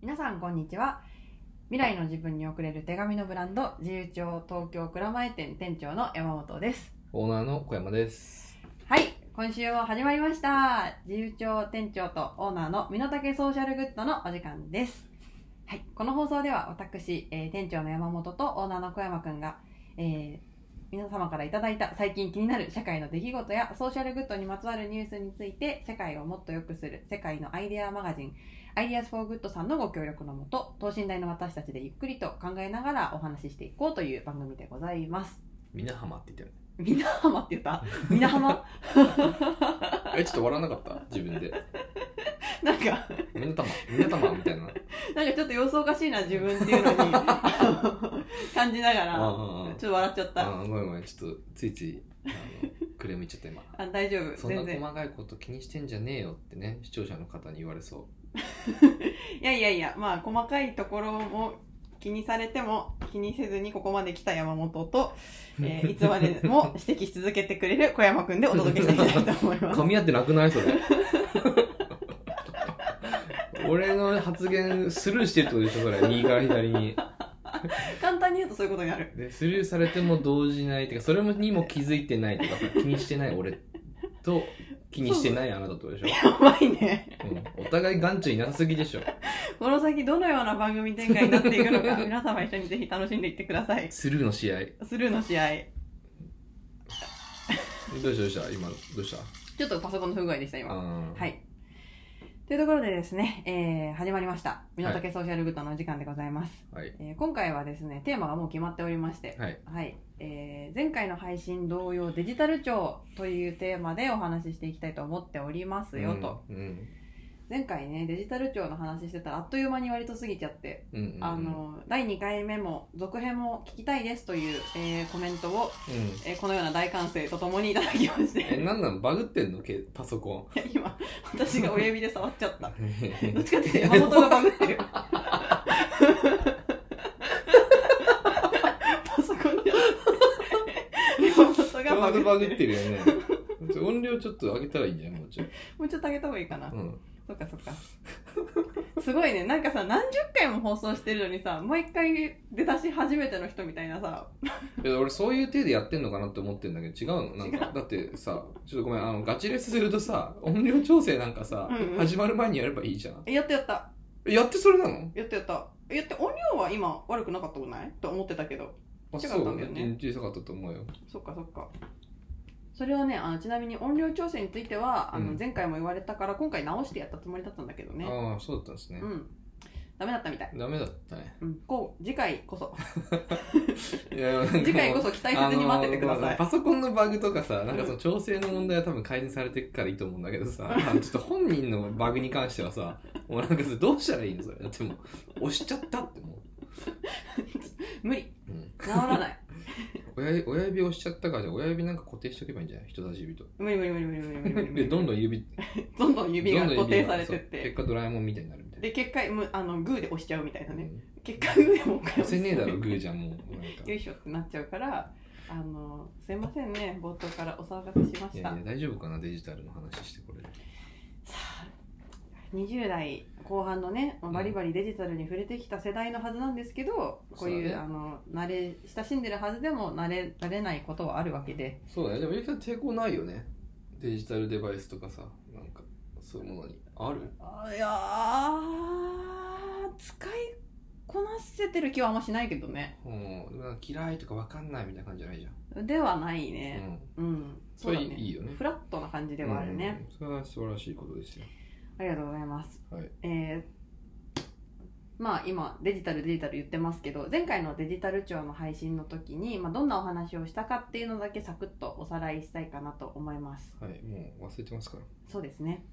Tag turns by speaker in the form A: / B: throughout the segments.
A: 皆さんこんにちは未来の自分に送れる手紙のブランド自由帳東京蔵前店店長の山本です
B: オーナーの小山です。
A: はい今週も始まりました自由帳店長とオーナーの身の丈ソーシャルグッドのお時間ですはいこの放送では私、えー店長の山本とオーナーの小山くんが、えー皆様からいただいた最近気になる社会の出来事やソーシャルグッドにまつわるニュースについて社会をもっと良くする世界のアイデアマガジンアイディアスフォーグッドさんのご協力のもと等身大の私たちでゆっくりと考えながらお話ししていこうという番組でございます
B: 皆浜って 言って
A: みなはまって言ったみなはま
B: る。え、ちょっと笑わなかった自分で。
A: なんか
B: みなた ま、みなたまみたい な。
A: なんかちょっと様子おかしいな自分っていうのに あの感じながら
B: ああああ
A: ちょっと笑っちゃった
B: あごめんごめん。ちょっとついつい、あの、クレーム言っちゃった今。
A: あ大丈夫
B: そんな
A: 全
B: 細
A: 然
B: かいこと気にしてんじゃねえよってね、視聴者の方に言われそ
A: いやいやいやまあ細かいところも気にされても気にせずにここまで来た山本 と、
B: う。
A: えーいつまでも指摘し続けてくれる小山くんでお届けしていきたいと思います
B: 噛み合ってなく ないそれ。俺の発言スルーしてるってことでしょそれ。右から左に。
A: 簡単に言うとそういうことになる
B: でスルーされても動じないっていうかそれにも気づいてないとかさ気にしてない俺と気にしてないあなたとでしょ、
A: やばいね
B: うん、お互い眼中になさすぎでしょ
A: この先どのような番組展開になっていくのか皆様一緒にぜひ楽しんでいってください
B: スルーの試合
A: スルーの試合
B: どうしたどうした今どうした
A: ちょっとパソコンの不具合でした今
B: あー
A: はいというところでですね、えー始まりました「身の丈ソーシャルグッド」のお時間でございます、
B: はい
A: えー今回はですねテーマがもう決まっておりまして
B: はい
A: はい、えー前回の配信同様デジタル庁というテーマでお話ししていきたいと思っておりますよと、
B: うんうん
A: 前回ねデジタル庁の話してたらあっという間に割と過ぎちゃって
B: うんうんうん
A: あの第2回目も続編も聞きたいですという、えーコメントを、
B: うん
A: えーこのような大歓声とともにいただきまし
B: え
A: て
B: なんなんバグってんのけパ ソコン
A: 今私が親指で触っちゃった どっちかっていうと山本が
B: え
A: バグってるパソコンじゃなくて山
B: 山
A: 本
B: 本
A: が
B: バ
A: バグ
B: グ
A: っ
B: ってて
A: る
B: るよねちょ音量ちょっと上げたらいいんじゃないもうちょい、
A: もうちょっと上げた方がいいかな
B: うん、
A: そっかそっかすごいねなんかさ何十回も放送してるのにさ毎回出だし初めての人みたいなさ
B: いや俺そういう手でやってんのかなって思ってんだけど違うのなん
A: 違
B: かだってさちょっとごめんあのガチレスするとさ音量調整なんかさ、
A: うんうん
B: 始まる前にやればいいじゃん
A: やったやった
B: やってそれなの
A: やったやったやって音量は今悪くなかったことないと思ってたけど
B: あ
A: 違った
B: そ
A: ん
B: う
A: だよね
B: 電池小さかったと思うよ
A: そっかそっかそれはねあのちなみに音量調整についてはあ
B: う
A: の
B: ん
A: 前回も言われたから今回直してやったつもりだったんだけどね
B: ああそうだったんですね
A: う、んダメだったみたい、
B: ダメだったね
A: うん、こう次回こ そ
B: いやなんかもう
A: 次回こそ期待せずに待っててくだ
B: あの
A: さ
B: まあ
A: い
B: パソコンのバグとかさなんかその調整の問題は多分改善されていくからいいと思うんだけ どさあのちょっと本人のバグに関してはさもうなんかそれどうしたらいいのそれだってもう押しちゃったっても
A: 無理
B: う、うん
A: 治らない
B: 親指親指押しちゃったからじゃあ親指なんか固定しとけばいいんじゃない人差し指と。
A: 無理無理無理無理無理無理無理無
B: で
A: 理
B: どんどん指
A: どんどん指が
B: どんど
A: 固
B: ん
A: 定
B: 指が
A: されてっ
B: そう
A: て
B: 結果ドラえもんみたいになるみたい
A: で結果むあのグーで押しちゃうみたいな
B: な。
A: ね、
B: うん
A: 結果グーでもう一回
B: 押せねえだろグー
A: じ
B: じゃんもうなんか。
A: よいしょってなっちゃうからあのすいませんね冒頭からお騒がせしま
B: い
A: した
B: やいや大丈夫かなデジタルの話してこれで。
A: さあ20代後半のねまあ
B: うん
A: バリバリデジタルに触れてきた世代のはずなんですけど、こういう
B: そう
A: あ
B: だね
A: の慣れ親しんでるはずでも慣れ慣れないことはあるわけで
B: そうだねでもゆきさん抵抗ないよねデジタルデバイスとかさなんかそういうものにある。
A: あいやー使いこなせてる気はあんましないけどね
B: うんでもなんか嫌いとかわかんないみたいな感じじゃないじゃん。
A: ではない
B: うん
A: ね。うん、
B: それいい
A: だ
B: いいよね
A: フラットな感じではあるね、
B: うん。それは素晴らしいことですよ。
A: ありがとうございます。
B: はい
A: えーまあ今デジタルデジタル言ってますけど前回のデジタル庁の配信の時に、まあ、どんなお話をしたかっていうのだけサクッとおさらいしたいかなと思います。
B: はいもう忘れてますから。
A: そうですね、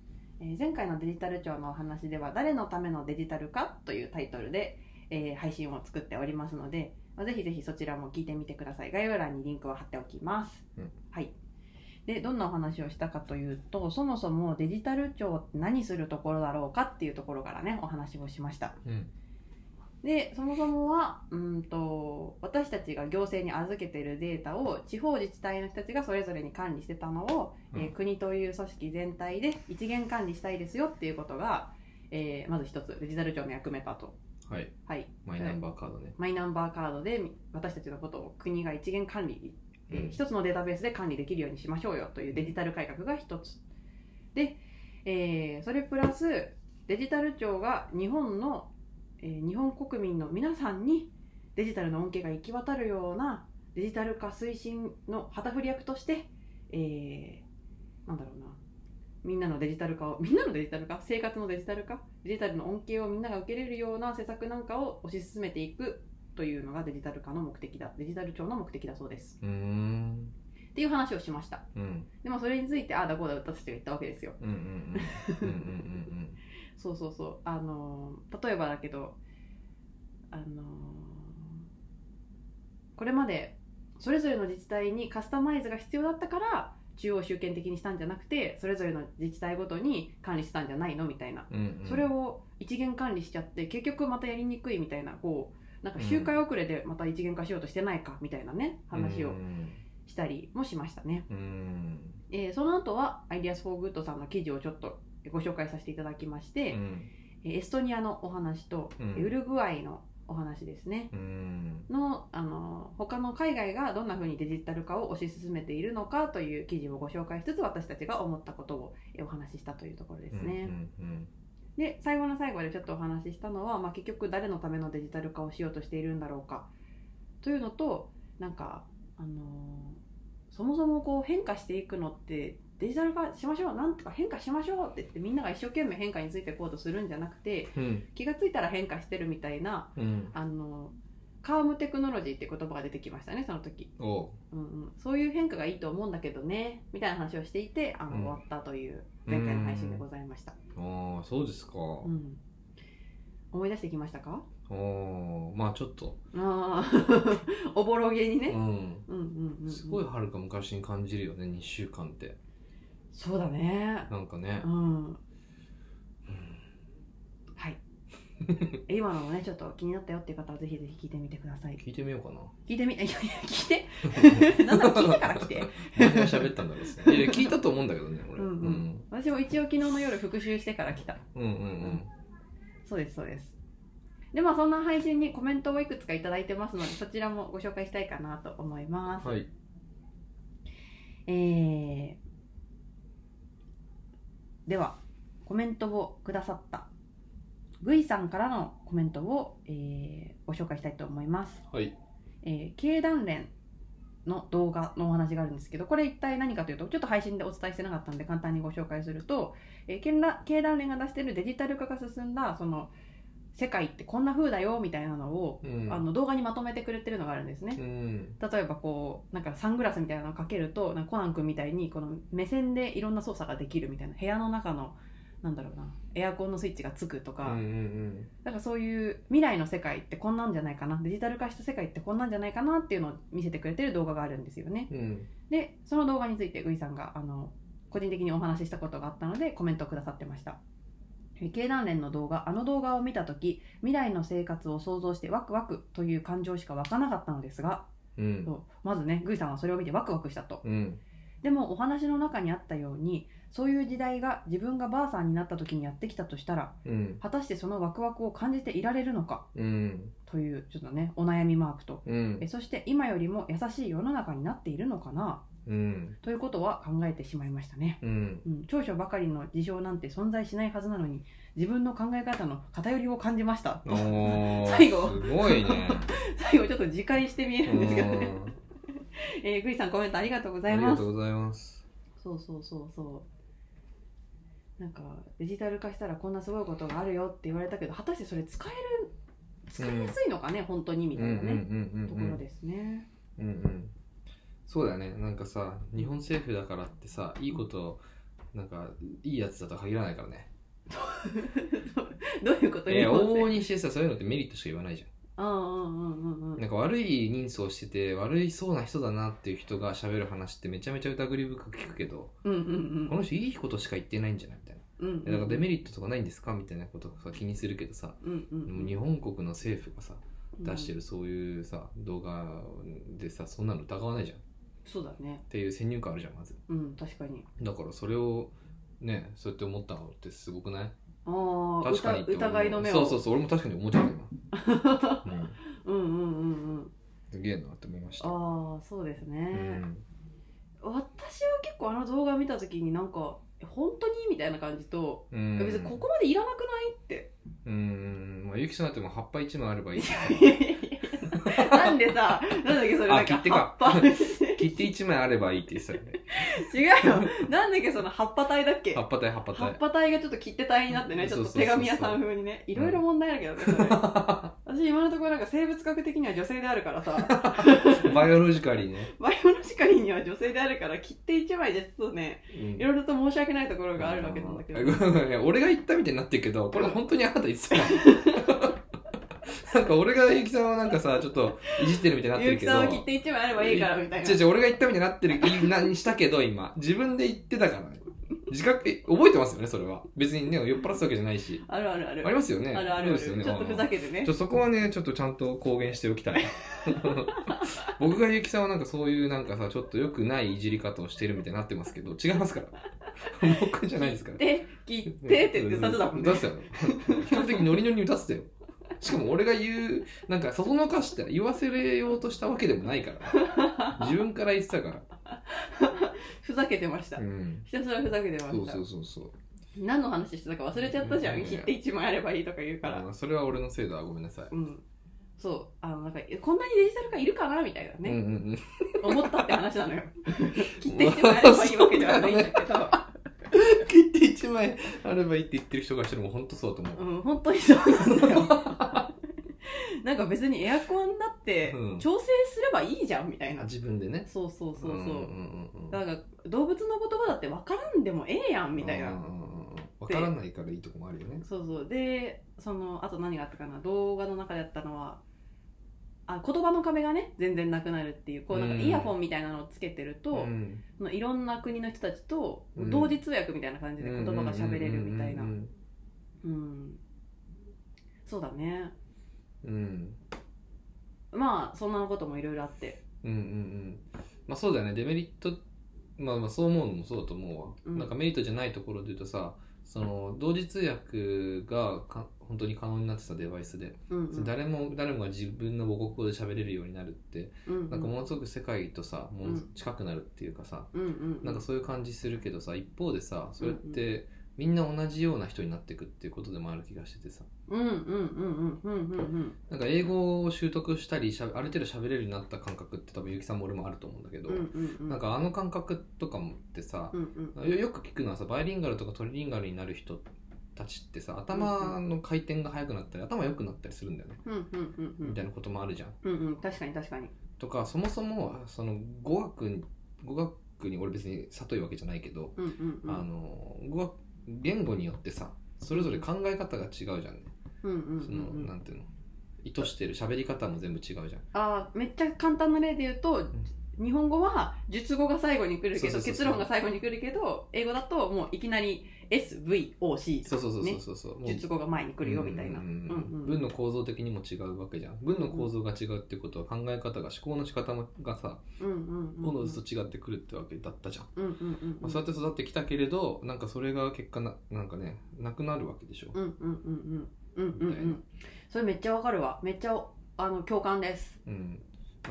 A: えー前回のデジタル庁のお話では「誰のためのデジタル化?」というタイトルで、えー配信を作っておりますので、まあ、ぜひぜひそちらも聞いてみてください概要欄にリンクを貼っておきます、
B: うん
A: はいでどんなお話をしたかというとそもそもデジタル庁って何するところだろうかっていうところからねお話をしました
B: うん
A: でそもそもはうんと私たちが行政に預けているデータを地方自治体の人たちがそれぞれに管理してたのを、
B: うん
A: えー国という組織全体で一元管理したいですよっていうことが、えーまず一つデジタル庁の役目だと、
B: はい
A: はい、
B: マイナンバーカードね、
A: マイナンバーカードで私たちのことを国が一元管理、えー
B: うん
A: 一つのデータベースで管理できるようにしましょうよというデジタル改革が一つで、えーそれプラスデジタル庁が日本の、えー日本国民の皆さんにデジタルの恩恵が行き渡るようなデジタル化推進の旗振り役として、えーなんだろうなみんなのデジタル化をみんなのデジタル化生活のデジタル化デジタルの恩恵をみんなが受けれるような施策なんかを推し進めていくというのがデジタル化の目的だデジタル庁の目的だそうです
B: うーん
A: っていう話をしました
B: うん
A: でもそれについてああだこうだ私たちが言ったわけですよ
B: うんうんうんうんうんうん
A: そうそうそうあのー例えばだけどあのーこれまでそれぞれの自治体にカスタマイズが必要だったから中央集権的にしたんじゃなくてそれぞれの自治体ごとに管理してたんじゃないのみたいな
B: うんうんうん
A: それを一元管理しちゃって結局またやりにくいみたいなこうなんか周回遅れでまた一元化しようとしてないかみたいなね話を
B: うん
A: したりもしましたね、
B: うん
A: えーその後はアイディアス・フォー・グッドさんの記事をちょっとご紹介させていただきまし
B: う
A: て、
B: ん
A: えーエストニアのお話と、
B: うん
A: ウルグアイのお話ですね
B: うん
A: の、あのー他の海外がどんな風にデジタル化を推し進めているのかという記事をご紹介しつつ私たちが思ったことをえーお話ししたというところですね。
B: うん
A: で最後の最後でちょっとお話ししたのは、まあ、結局誰のためのデジタル化をしようとしているんだろうかというのとなんか、あのーそもそもこう変化していくのってデジタル化しましょうなんとか変化しましょうって言ってみんなが一生懸命変化についていこうとするんじゃなくて
B: うん
A: 気がついたら変化してるみたいな、
B: うん
A: あのーカームテクノロジーって言葉が出てきましたねその時、
B: おう
A: うんうん、そういう変化がいいと思うんだけどねみたいな話をしていてあの、
B: うん
A: 終わったという前回の配信でございました。
B: ああそうですか
A: う
B: お
A: ん、思い出してきましたか
B: おまあちょっと
A: ああ おぼろげに
B: う
A: ね、
B: ん
A: うん、うんうんうん
B: すごいはるか昔に感じるよね2週間って
A: そうだね
B: なんかね
A: うん
B: うん
A: はい 今のもねちょっと気になったよっていう方はぜひぜひ聞いてみてください
B: 聞いてみようかな
A: 聞いてみ いやいや聞いて なんだろう聞いたから来て
B: 僕が喋ったんだろうで すねいや聞いたと思うんだけどね俺
A: うんうん私も一応昨日の夜復習してから来た
B: うんうん
A: そうですそうですでまあそんな配信にコメントをいくつか頂いただいてますのでそちらもご紹介したいかなと思います
B: うんはい
A: えーではコメントをくださったぐいさんからのコメントを、えーご紹介したいと思います、
B: はい
A: えー経団連の動画のお話があるんですけどこれ一体何かというとちょっと配信でお伝えしてなかったんで簡単にご紹介すると、えー経団経団連が出してるデジタル化が進んだその世界ってこんな風だよみたいなのを、
B: うん
A: あの動画にまとめてくれてるのがあるんですね、
B: うん
A: 例えばこうなんかサングラスみたいなのをかけるとなんかコナン君みたいにこの目線でいろんな操作ができるみたいな部屋の中のなんだろうなエアコンのスイッチがつくと
B: う
A: か、
B: んうん
A: なんかそういう未来の世界ってこんなんじゃないかなデジタル化した世界ってこんなんじゃないかなっていうのを見せてくれてる動画があるんですよね
B: うんうん
A: でその動画についてウイさんがあの個人的にお話ししたことがあったのでコメントをくださってましたえ経団連の動画あの動画を見た時未来の生活を想像してワクワクという感情しか湧かなかったのですが
B: うん
A: そうまずねグーさんはそれを見てワクワクしたと
B: うん
A: でもお話の中にあったようにそういう時代が自分がばあさんになった時にやってきたとしたら
B: うん
A: 果たしてそのワクワクを感じていられるのか
B: うん
A: というちょっとねお悩みマークと
B: うん
A: えそして今よりも優しい世の中になっているのかな
B: うん
A: ということは考えてしまいましたね、
B: うん
A: うん、長所ばかりの事象なんて存在しないはずなのに自分の考え方の偏りを感じました
B: おー
A: 最後
B: すごいね
A: 最後ちょっと自戒して見えるんですけどね、
B: う
A: えー、グイさんコ メントありがとうご
B: ん
A: ざ
B: あ
A: い
B: りが
A: ます
B: とうございます
A: そうそうそうそうなんかデジタル化したらこんなすごいことがあるよって言われたけど果たしてそれ使える使いやすいのかね、本当にみ
B: うん
A: た
B: う
A: い
B: ん
A: なね、
B: うん
A: と
B: う
A: こ
B: ん
A: ろですね
B: うんうんそうだよねなんかさ日本政府だからってさいいことなんかいいやつだとは限らないからね
A: どういうこと
B: え
A: 言
B: ー
A: います
B: 往々にしてさそういうのってメリットしか言わないじ
A: うんうんうんうん
B: ゃん
A: うん
B: なんか悪い人相してて悪いそうな人だなっていう人が喋る話ってめちゃめちゃ疑り深く聞くけど
A: うん
B: この人いいことしか言ってないんじゃないみたいな
A: うんうん
B: えだからデメリットとかないんですかみたいなことさ気にするけどさ
A: うんう
B: でも
A: ん
B: 日本国の政府がさ
A: うん
B: 出して
A: る
B: るそういうさ動画でさそんなの疑わないじゃんっ
A: そうだね
B: ていう先入観あるじゃんまず
A: うん確かに
B: だからそれをねそうやって思ったのってすごくない
A: あー
B: 確かにって思う
A: 疑疑いの目を
B: そうそうそう俺も確かに思っちゃ った今、う
A: う
B: ん、
A: んうんうんうん
B: すげえなって思いました
A: ああそうです
B: う
A: ね、
B: ん
A: 私は結構あの動画見た時になんかえ本当にみたいな感じと、
B: うん
A: 別にここまでいらなくないって
B: うんまあゆきさんだってもう葉っぱ一枚あればいい
A: なんでさなんだっけそれ
B: あ
A: なん
B: 切
A: か
B: 手
A: 葉
B: か
A: っぱ
B: 切って一枚あればいいって言ってたよ ね
A: 違うよなんだっけその葉っぱ体だっけ
B: 葉っぱ対葉っぱ
A: 葉っ
B: 対
A: ぱ体がちょっと切手体になってね、
B: うん
A: ちょっと
B: そうそう
A: 手
B: そうそう
A: 紙屋さん風にね、いろいろ問題あるけどね、それ私今のところなんか生物学的には女性であるからさ、
B: バイオロジカリーね、
A: バイオロジカリーには女性であるから、切手一枚じゃちょっとね、
B: うん
A: いろいろと申し訳ないところがあるわけなんだけど、
B: うんいや俺が言ったみたいになってるけどこれ本当にあなた言ってた なんか俺がゆきさんはなんかさちょっといじってるみたいになって
A: ゆ
B: る
A: うき
B: けど
A: さんは切手一枚あればいいからみたいな。
B: 違う違う俺が言ったみたいになってるいなにしたけど今自分で言ってたから自覚え覚えてますよねそれは別にね酔っ払ってたわけじゃないし
A: あるあるある。
B: ありますよね
A: あるあ
B: そ
A: る
B: う
A: あ
B: ですよ
A: る。
B: ね
A: ちょっとふざけて
B: あ
A: ね
B: のちょ。そこはねちょっとちゃんと公言しておきたい僕がゆきさんはなんかそういうなんかさちょっと良くないいじり方をしてるみたいになってますけど違いますから 僕じゃないですから
A: で、切手って歌ってたもんね
B: 歌。ってたよ。比較的ノリノリに歌ってたよ。しかも俺が言う、なんか、そそのかして言わせれようとしたわけでもないから。自分から言ってたか
A: ふざけてました
B: ら。う。ん。
A: ひたすらふざけてま
B: そ
A: し
B: う
A: た
B: そ。うそうそう。
A: 何の話してたか忘れちゃったじゃ。
B: うんん
A: 切手一枚あればいいとか言うから。
B: あそれは俺のせいだ。ごめんなさい。
A: うん、そうあのなんかこんなにデジタル化いるかなみたいな
B: うん
A: ね、
B: うん うん。
A: 思ったって話 なのよ切ってきてもらえればいいわけではないんだけど
B: 切って一枚あればいいって言ってる人がしてるも本当そうだと思う。
A: うん本当にそうなんだよなんか別にエアコンだって
B: うん
A: 調整すればいいじゃんみたいな、
B: 自分でね。
A: そうそうそうそう、
B: んんうんうん。
A: なんか動物の言葉だって分からんでもええやんみたいな、
B: うんうんうんうん。わからないからいいとこもあるよね。
A: そうそうでそのあと何があったかな動画の中でやったのはあ言葉の壁がね全然なくなるっていうこうなんかイヤホンみたいなのをつけてると、
B: ん。
A: そのいろんな国の人たちと
B: うん
A: 同時通訳みたいな感じで言葉が喋れるみたいな
B: うんうんうん
A: うんそうだね
B: うん。うん。
A: まあそんなこともいろいろあって
B: うんうんうんまあそうだよねデメリットまあまあそう思うのもそうだと思うわ、
A: うん
B: なんかメリットじゃないところで言うとさその同時通訳がか本当に可能になってたデバイスで、
A: うんうん
B: 誰も誰もが自分の母国語で喋れるようになるって
A: うんうん
B: なんかものすごく世界とさも
A: う
B: うん近くなるっていうかさ、
A: うんうん
B: なんかそういう感じするけどさ一方でさそれってみんな同じような人になっていくっていうことでもある気がしててさ
A: うんうんうんうんうんうんうん
B: なんか英語を習得したりしゃべある程度喋れるようになった感覚って多分ゆきさんも俺もあると思うんだけど、
A: うんうんうん
B: なんかあの感覚とかもってさ
A: う、んうん
B: よよく聞くのはさバイリンガルとかトリリンガルになる人たちってさ頭の回転が速くなったり頭良くなったりするんだよね、
A: うんうんうんうん
B: みたいなこともあるじゃん。
A: うんうん確かに確かに
B: とかそもそもその語学に語学に俺別に里いわけじゃないけど、
A: うんうんうん
B: あの語学言語によってさそれぞれ考え方が違うじゃんね。
A: うんうん
B: そ
A: うん
B: の
A: うん
B: なんていうの意図してる喋り方も全部違うじゃん。
A: あーめっちゃ簡単な例で言うと、日本語は述語が最後に来るけ
B: そ
A: ど
B: うそうそ
A: 結
B: うそう
A: 論が最後に来るけど英語だともういきなり SVOC
B: そうそうそうそうそうそう。もう
A: 術語が前に来るよみたいな
B: う
A: うんん
B: うんうん
A: うん
B: 文の構造的にも違うわけじゃん文の構造が違うってことは考え方が思考の仕方もがさ
A: うんうんうん
B: おのずと違ってくるってわけだったじゃん、
A: うんうんうん
B: まあ、そうやって育ってきたけれどなんかそれが結果ななんかねなくなるわけでしょ、
A: うんうんうんうんうんうんう
B: みたいなん
A: それめっちゃわかるわめっちゃあの共感です
B: うん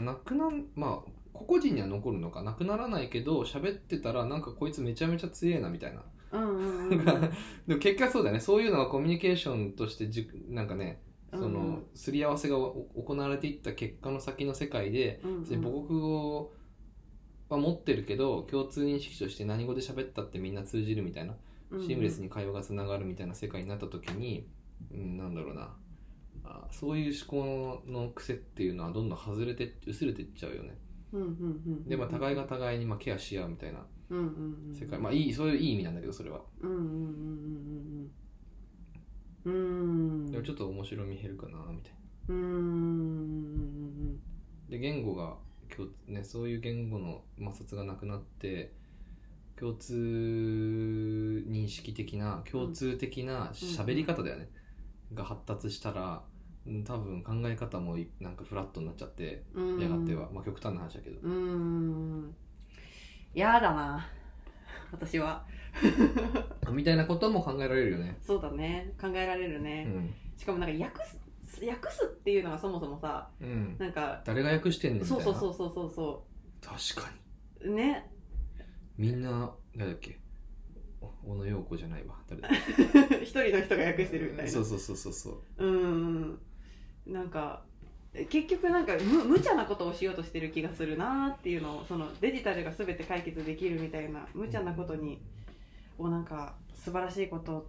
B: なくなんまあ個々人には残るのかなくならないけど喋ってたらなんかこいつめちゃめちゃ強えなみたいな
A: うんうんうんう
B: なんんかでも結果そうだよねそういうのがコミュニケーションとしてじゅなんかねそ
A: うんう
B: の
A: ん
B: すり合わせがお行われていった結果の先の世界で
A: うん
B: 別に母国語は持ってるけど共通認識として何語で喋ったってみんな通じるみたいなシームレスに会話がつながるみたいな世界になった時に、うん、なんだろうなあそういう思考の癖っていうのはどんどん外れて薄れていっちゃうよね
A: うんうんうんうん
B: でまあ互いが互いにまあケアし合うみたいな
A: うんうんうん
B: 世界まあいいそういういい意味なんだけどそれは
A: うんうんうんうんうんうんうん
B: でもちょっと面白み減るかなみたいな
A: うんうん
B: で言語が共ね、そういう言語の摩擦がなくなって共通認識的な共通的な喋り方だよね、が発達したらうん多分考え方もいなんかフラットになっちゃって
A: うん
B: やがては、まあ極端な話だけど
A: うーん。やだな。私は
B: みたいなことも考えられるよね。
A: そうだね考えられる
B: う
A: ね、
B: ん。
A: しかもなんか訳す訳すっていうのがそもそもさ
B: うん。
A: なんか
B: 誰が訳してんねんみたい
A: そう
B: な。
A: そうそうそうそうそ
B: 確かに。
A: う ね
B: みんな、誰だっけお小野陽子じゃないわ。誰だっけ
A: 一人の人が訳してるみたいな
B: そうそうそうそうそう。
A: うんなんか結局なんか無無茶なことをしようとしてる気がするなーっていうのをそのデジタルが全て解決できるみたいな無茶なことにをなんか素晴らしいこと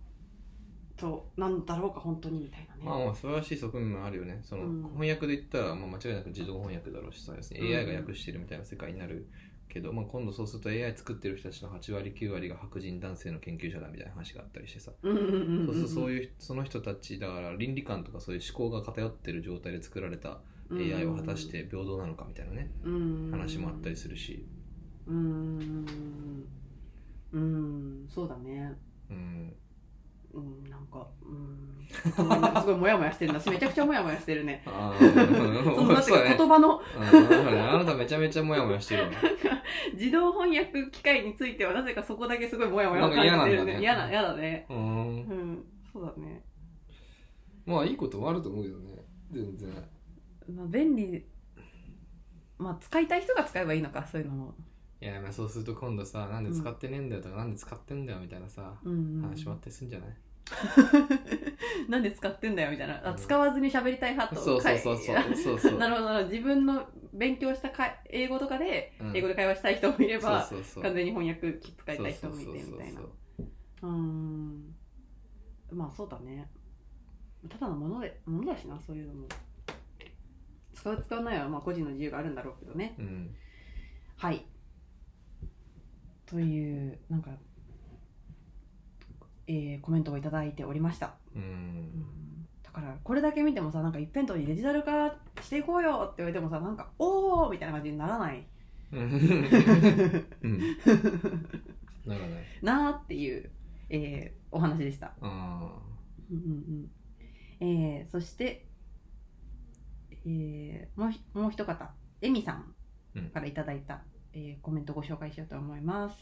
A: となんだろうか本当にみたいなね、
B: まあまあ素晴らしい側面もあるよね。その
A: うん
B: 翻訳で言ったら、まあ、間違いなく自動翻訳だろうしさ、要するに
A: うん
B: AI が訳してるみたいな世界になるけど、まあ、今度そうすると AI 作ってる人たちの8割9割が白人男性の研究者だみたいな話があったりしてさ、
A: うんうんうんうん
B: そうするとそう
A: う
B: いうその人たちだから倫理観とかそういう思考が偏ってる状態で作られた AI は果たして平等なのかみたいなね、話もあったりするし、
A: るうんうんそうだね
B: うん、
A: うんなんかうんなんかすごいモヤモヤしてるなめちゃくちゃモヤモヤしてるね
B: あ
A: その
B: あ
A: だって言葉の
B: あなためちゃめちゃモヤモヤしてるわ
A: 自動翻訳機械についてはなぜかそこだけすごいモヤモヤ
B: なん
A: 感じ
B: か
A: て
B: 嫌な
A: る
B: んだ
A: ね
B: ね
A: 嫌な嫌だね
B: うん
A: うんそうだね、
B: まあいいこともあると思うけどね全然
A: まあ、便利まあ使いたい人が使えばいいのかそういうのも、
B: いやまあそうすると今度さなんで使ってねえんだよとか、なんで使ってんだよみたいなさ
A: うん、
B: 話もあったりするんじゃない、
A: なんで使ってんだよみたいなあ
B: うん
A: 使わずに喋りたい派と
B: そうそうそうそう
A: 会
B: そうそ う
A: なるほどなるほど自分の勉強したか英語とかで
B: うん
A: 英語で会話したい人もいれば、
B: そうそうそう
A: 完全に翻訳機使いたい人もいてみたいな
B: そうそうそうそ
A: うー
B: う
A: んまあそうだねただのものでものだしなそういうのも使う使わないはまあ個人の自由があるんだろうけどね
B: うん
A: はいというなんか、えーコメントをいただいておりました、
B: う
A: うんんだからこれだけ見てもさなんか一辺倒にデジタル化していこうよって言われてもさなんかおおみたいな感じにならない
B: うんうんならない
A: なーっていう、えーお話でした
B: あ
A: うんうんうんえー、そして、えー、もうひもう一方エミさん
B: うん
A: からいただいた、えーコメントをご紹介しようと思います、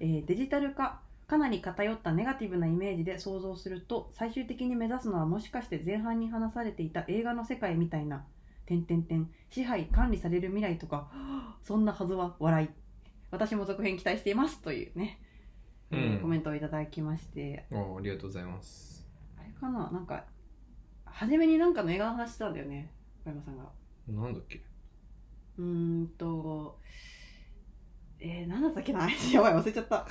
A: えーデジタル化かなり偏ったネガティブなイメージで想像すると最終的に目指すのはもしかして前半に話されていた映画の世界みたいな点点点支配管理される未来とかそんなはずは笑い私も続編期待していますというね、えー
B: うん
A: コメントをいただきまして
B: ーおーありがとうございます
A: あれかななんか初めになんかの映画の話してたんだよね小山さんが
B: なんだっけ
A: うーんとえー、何だったっけな やばい忘れちゃった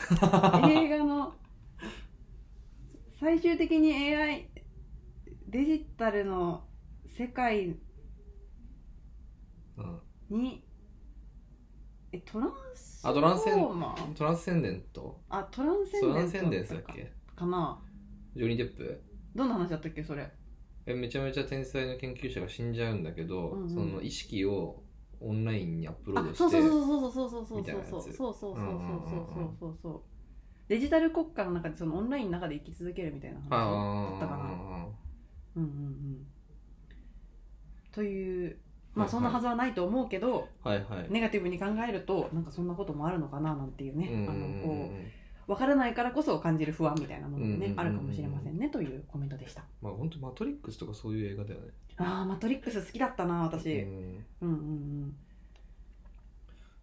A: 映画の最終的に AI デジタルの世界
B: うん
A: にえトランス
B: あトランセン
A: フォーマー
B: トランスセンデント
A: あトランセンデ
B: ト
A: ント
B: ランスセンデンス
A: だ
B: だ
A: っ
B: ったけ
A: かかな
B: ジョニー・デップ
A: どんな話だったっけそれ
B: えめちゃめちゃ天才の研究者が死んじゃうんだけど、
A: うんうん
B: その意識をオンラインにアップロ
A: あ
B: ードして
A: そうそうそうそうそうそうそうそう
B: みたいなやつ
A: そうそうそうそうそうそう
B: うんうんうん
A: そうそうそうデジタル国家の中でそのオンラインの中で生き続けるみたいな話だったかな
B: あ
A: うんうんうんというまあ
B: はいはい
A: そんなはずはないと思うけど
B: あはいはい、
A: ネガティブに考えるとなんかそんなこともあるのかななんていうね
B: うん
A: あ
B: うん
A: の
B: う
A: こ
B: んうん
A: う分からないからこそ感じる不安みたいなものも
B: うんうんう
A: ね
B: んうん
A: あるかもしれませんねというコメントでした
B: まあ本当マトリックスとかそういう映画だよね
A: あーマトリックス好きだったな私
B: うん
A: うんうん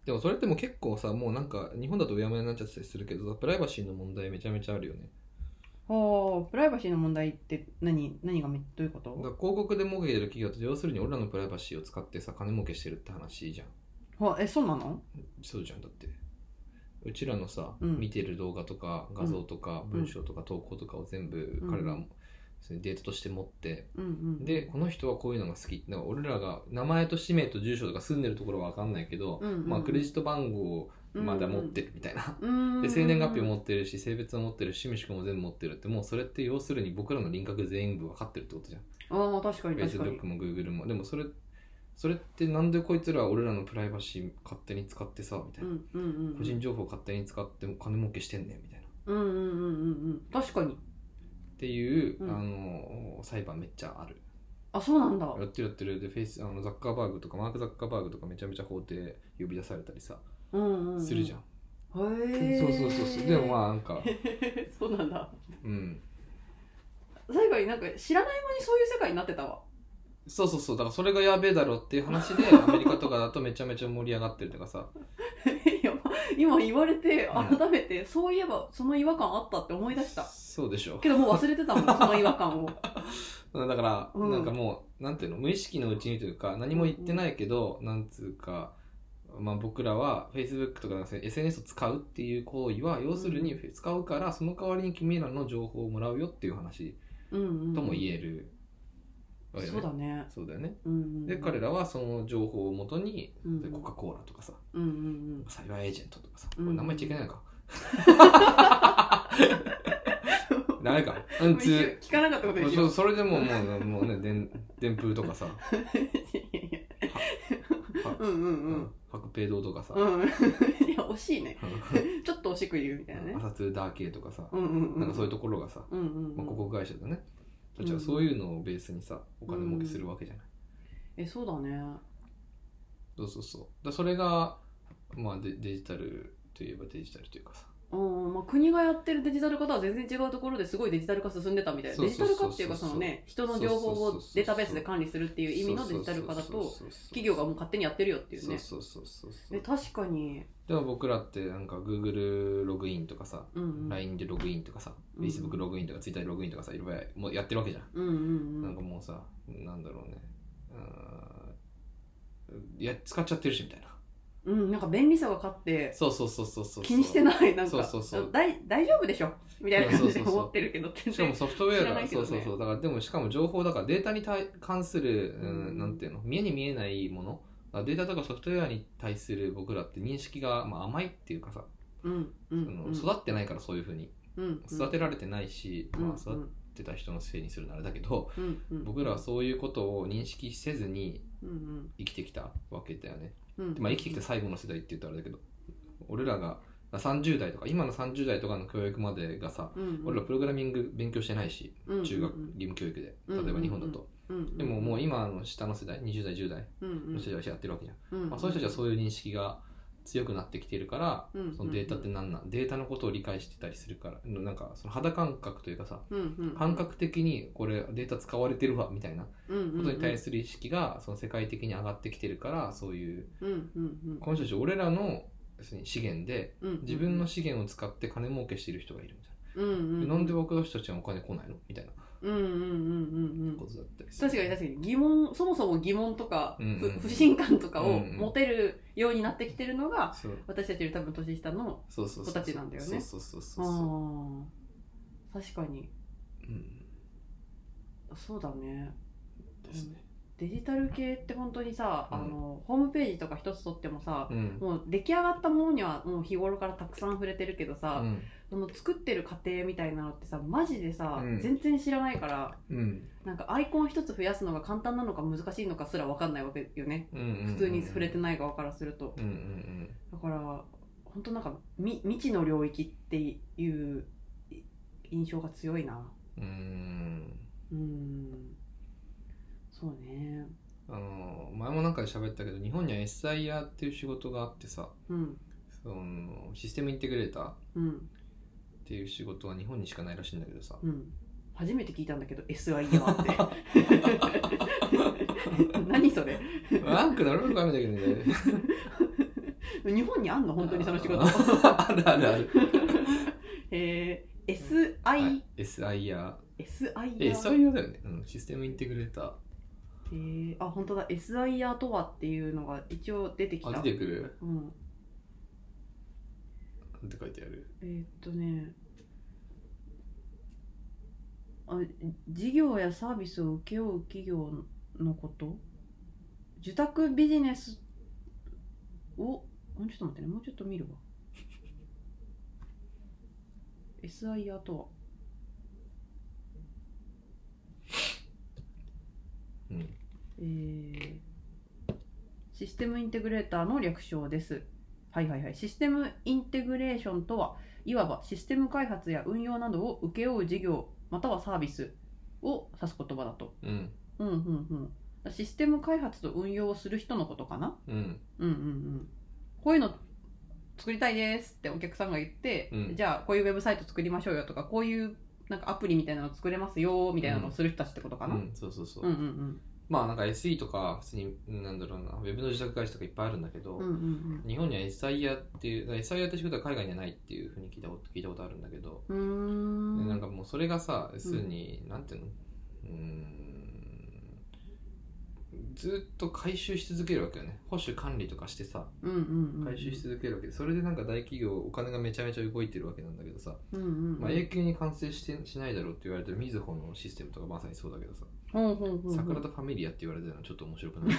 B: でもそれってもう結構さもうなんか日本だとうやむやになっちゃったりするけどさプライバシーの問題めちゃめちゃあるよね
A: うんはあプライバシーの問題って何何がめどういうこ
B: だから
A: と
B: 広告で儲けてる企業って要するに俺らのプライバシーを使ってさ金儲けしてるって話じゃん
A: はあえそうなの
B: そうじゃんだってうちらのさ、
A: うん
B: 見てる動画とか画像とか
A: ん
B: 文章とか投稿とかを全部
A: うん
B: 彼らも、そのデータとして持って
A: うんうん、
B: でこの人はこういうのが好きだから俺らが名前と氏名と住所とか住んでるところは分かんないけど、
A: うんうんうん
B: まあ、クレジット番号をまだ持ってるみたいな、
A: うん
B: で生年月日を持ってるし性別を持ってるし趣味思考も全部持ってるってもうそれって要するに僕らの輪郭全部分かってるってことじゃん
A: ああ確かに確かに
B: Facebook も Google もでもそれそれってなんでこいつらは俺らのプライバシー勝手に使ってさみたいな
A: う、んうんうんうん
B: 個人情報勝手に使って金儲けしてんねんみたいな
A: う
B: っ
A: んうんうんうんうん確かに
B: ていう、
A: うん
B: あの裁判めっちゃある
A: あそうなんだ
B: やってるやってるでフェイスあのザッカーバーグとかマーク・ザッカーバーグとかめちゃめちゃ法廷呼び出されたりさ、
A: うんうん、うん、
B: するじゃん
A: へえ
B: そうそうそうそうでもまあなんか
A: そうなんだ
B: うん
A: 最後になんか知らない間にそういう世界になってたわ
B: そうそうそうだからそれがやべえだろっていう話でアメリカとかだとめちゃめちゃ盛り上がってるとかさ
A: いや今言われて
B: うん
A: 改めて、そういえばその違和感あったって思い出した
B: そうでしょ
A: けどもう忘れてたもん その違和感を
B: うんだから、
A: うん
B: なんかもうなんていうの無意識のうちにというか何も言ってないけど、なんつうか、まあ、僕らは Facebook とかなんか SNS を使うっていう行為は要するに使うからその代わりに君らの情報をもらうよっていう話
A: うん、うん、
B: とも言えるわけ
A: そうだね
B: そうだよね
A: うんうん
B: で彼らはその情報をもとに
A: うん
B: コカ・コーラとかさ
A: うんうん
B: サイバーエージェントとかさ、こ
A: うん
B: れ名前言っちゃいけないのか ダメかう
A: うんん一瞬
B: つ
A: 聞かなかったことでし
B: そ
A: ょ
B: それでもうもうもうねでん電風とかさ
A: いやいや うんう
B: うん白ペイ堂とかさ、
A: うんうんいや惜しいね
B: う
A: ちょっと惜しく言うみたいなんね
B: 朝通ダー系とかさ、
A: うんうんうん
B: なんかそういうところがさ、
A: うんうん、
B: ま
A: うん
B: あ、広告会社でね
A: うん
B: たちはそういうのをベースにさお金儲けするわけじゃない、
A: えそうだね
B: そうそうそうだそれが、まあ、デデジタルといえばデジタルというかさ
A: うんまあ、国がやってるデジタル化とは全然違うところですごいデジタル化進んでたみたいな
B: そう
A: デジ
B: そ
A: タ
B: うそ
A: ル
B: うそ
A: 化
B: う
A: っていうかそのね人の情報をデータベースで管理するっていう意味のデジタル化だと企業がもう
B: っ
A: 勝手にやってるよっていうね
B: そうそうそうそう
A: え確かに、
B: でも僕らってなんか Google ログインとかさ
A: うんうん、
B: LINE でログインとかさ、
A: うん
B: Facebook ログインとか Twitter ログインとかさいろいろもうやってるわけじゃん
A: うんうんう
B: なん
A: ん
B: かもうさ、なんだろうね。うーんいや、使っちゃってるしみたいな。
A: うんなんか便利さが勝って
B: そうそうそうそうそう。
A: 気にしてないなんか
B: そうそうそう
A: だい大丈夫でしょみたいな感じで
B: そうそうそう
A: 思ってるけど全
B: しかも
A: 然
B: ソフトウェア
A: 知ら
B: が、
A: ないけど
B: そう
A: ね
B: そうそう。だから、でもしかも情報だからデータに対関する、う、
A: うんん
B: なんていうの、見えに見えないもの。だからデータとかソフトウェアに対する僕らって認識が、まあ、甘いっていうかさ、
A: うんう
B: あ
A: ん
B: の
A: うん
B: 育ってないからそういうふうに
A: うん
B: 育てられてないし、
A: うん
B: まあ、育ってた人のせいにするならだけど、
A: うんうん
B: 僕らはそういうことを認識せずに
A: うんうん
B: 生きてきたわけだよね。
A: うん
B: まあ、生きてきた最後の世代って言ったらあれだけど俺らが30代とか今の30代とかの教育までがさ
A: うんうん
B: 俺らプログラミング勉強してないし
A: うん
B: 中学義務教育で例えば日本だと
A: うんうん
B: でももう今の下の世代20代10代
A: うんうん
B: の人たちはやってるわけじゃん、
A: うん
B: まあ、そういう人たちはそういう認識が強くなってきてるから
A: うん
B: そのデータって何なんデータのことを理解してたりするからなんかその肌感覚というかさ
A: うんうん
B: 感覚的にこれデータ使われてるわみたいなこ
A: うんうんうん
B: とに対する意識がその世界的に上がってきてるからそういう
A: うんうんうん
B: この人たち俺らの要するに資源で
A: うんうん
B: 自分の資源を使って金儲けしている人がいるみた
A: う
B: い
A: んうん
B: な、
A: うん
B: でなんで僕の人たちにお金来ないのみたいな
A: うんうんうんうんうん
B: ことだったりする
A: 確かに確かに疑問そもそも疑問とか、
B: うんうん
A: ふ不信感とかを
B: うんうん
A: 持てるようになってきてるのが
B: そう
A: 私たちより多分年下の
B: そうそうそう
A: 子たちなんだよね
B: そうそうそうそうそう
A: あー確かに
B: うん
A: そうだね
B: ですね
A: デジタル系って本当にさ、
B: う
A: あ
B: ん
A: のホームページとか一つとってもさ、
B: うん
A: もう出来上がったものにはもう日頃からたくさん触れてるけど
B: う
A: さ、
B: ん
A: その作ってる過程みたいなのってさマジでさ、
B: うん
A: 全然知らないから
B: うん
A: なんかアイコン一つ増やすのが簡単なのか難しいのかすら分かんないわけよね
B: うん
A: 普通に触れて
B: い
A: ない側からすると、
B: うんうん
A: だから本当なんかみ未知の領域っていうい印象が強いな
B: うん
A: う
B: うん
A: んそうね
B: あの前もなんかで喋ったけど日本には SIR っていう仕事があってさ
A: うん
B: そのシステムインテグレーターっ
A: うん
B: ていう仕事は日本にしかないらしいんだけどさ
A: うん初めて聞いたんだけど SIR って何それ
B: なんかなるのかみたいだけどね
A: 日本にあんの本当にその仕事
B: あるあるある
A: えー、SI、
B: SIR
A: SIR
B: え SIR だよね、うん、システムインテグレーター
A: えーあ本当だ SIR とはっていうのが一応出てきた
B: あ出てくる
A: うん
B: なんて書いてある
A: えーっとねあ事業やサービスを請け負う企業のこと受託ビジネスをあちょっと待ってねもうちょっと見るわ SIR とは
B: うん
A: えーシステムインテグレーターの略称です。はいはいはい。システムインテグレーションとは、いわばシステム開発や運用などを請け負う事業、またはサービスを指す言葉だと。
B: うん
A: うんうんうん。システム開発と運用をする人のことかな
B: うん
A: うんうんうん。こういうの作りたいですってお客さんが言って、
B: うん
A: じゃあこういうウェブサイト作りましょうよとかこういうなんかアプリみたいなの作れますよみたいなのをする人たちってことかな、
B: う
A: うん、
B: ん、そうそうそう、
A: うんうん
B: まあなんか SE とか普通になんだろうなウェブの自宅会社とかいっぱいあるんだけど、
A: うんうんうん
B: 日本には SIA っていうだから SIA って仕事は海外にはないっていうふうに聞いたこと聞いたことあるんだけど、
A: うーん
B: でなんかもうそれがさ要するに、なんていうのうーんずっと回収し続けるわけよね保守管理とかしてさ
A: うんうんうん
B: 回収し続けるわけでそれでなんか大企業お金がめちゃめちゃ動いてるわけなんだけどさ、
A: うんうん
B: まあ、永久に完成してしないだろうって言われてるみずほのシステムとかまさにそうだけどさ
A: ほうほうほうほう
B: 桜田ファミリアって言われてるのちょっと面白くない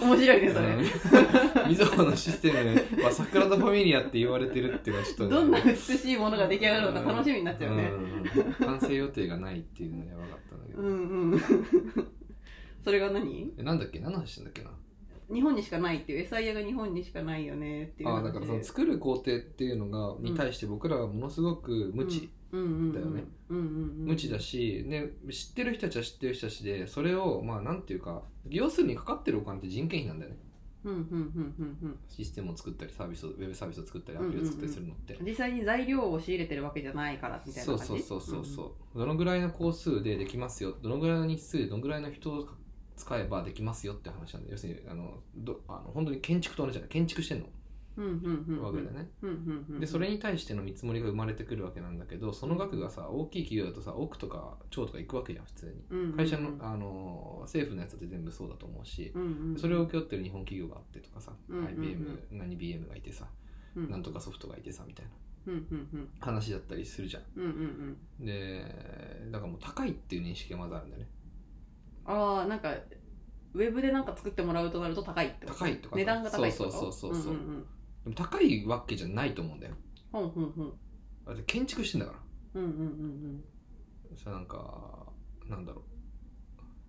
A: 面白いねそれ
B: うんみずほのシステムは桜田ファミリアって言われてるっていうのはちょっとね、
A: どんな美しいものが出来上がるのか楽しみになっちゃうね
B: うん完成予定がないっていうのがやばかったんだけど、
A: うん うんそれが何
B: えなんだっけ何の話してんだっけな
A: 日本にしかないっていうエサイヤが日本にしかないよねっていう
B: あ
A: 話
B: ーだからその作る工程っていうのがに対して僕らはものすごく無知、だよね
A: うんうんうんうん
B: 無知だし、ね、知ってる人たちは知ってる人たちでそれをまあなんていうか要するにかかってるお金って人件費なんだよね
A: うんうんうんうん
B: システムを作ったりサービスをウェブサービスを作ったりアプリを作ったりするのって、
A: うん実際に材料を仕入れてるわけじゃないからみたいな
B: そう
A: 感じ
B: そうそうそうそうどのぐらいの工数でできますよどのぐらいの日数でどのぐらいの人を使えばできますよって話なんで要するにあのどあの本当に建築と同じじゃない建築してんの、
A: うんうんうんうん
B: わけだよね
A: うんうんうん
B: でそれに対しての見積もりが生まれてくるわけなんだけどその額がさ大きい企業だとさ億とか兆とかいくわけじゃん普通に
A: うんうんうん
B: 会社のあの政府のやつだって全部そうだと思うし
A: うんうん
B: それを請け負ってる日本企業があってとかさ、
A: うんうんうん
B: IBM 何 BM がいてさ、
A: うん
B: なんとかソフトがいてさみたいな
A: うんうんうん
B: 話だったりするじゃん
A: うんうんうん
B: でだからもう高いっていう認識がまずあるんだよね
A: ああなんかウェブでなんか作ってもらうとなると高いってこと
B: 高いとかさ
A: 値段が高いってこと
B: そうそうそうそうそう
A: うんうんうん
B: でも高いわけじゃないと思うんだよ
A: ほんほんほん
B: だって建築してんだから
A: うんうんうん
B: さなんかなんだろう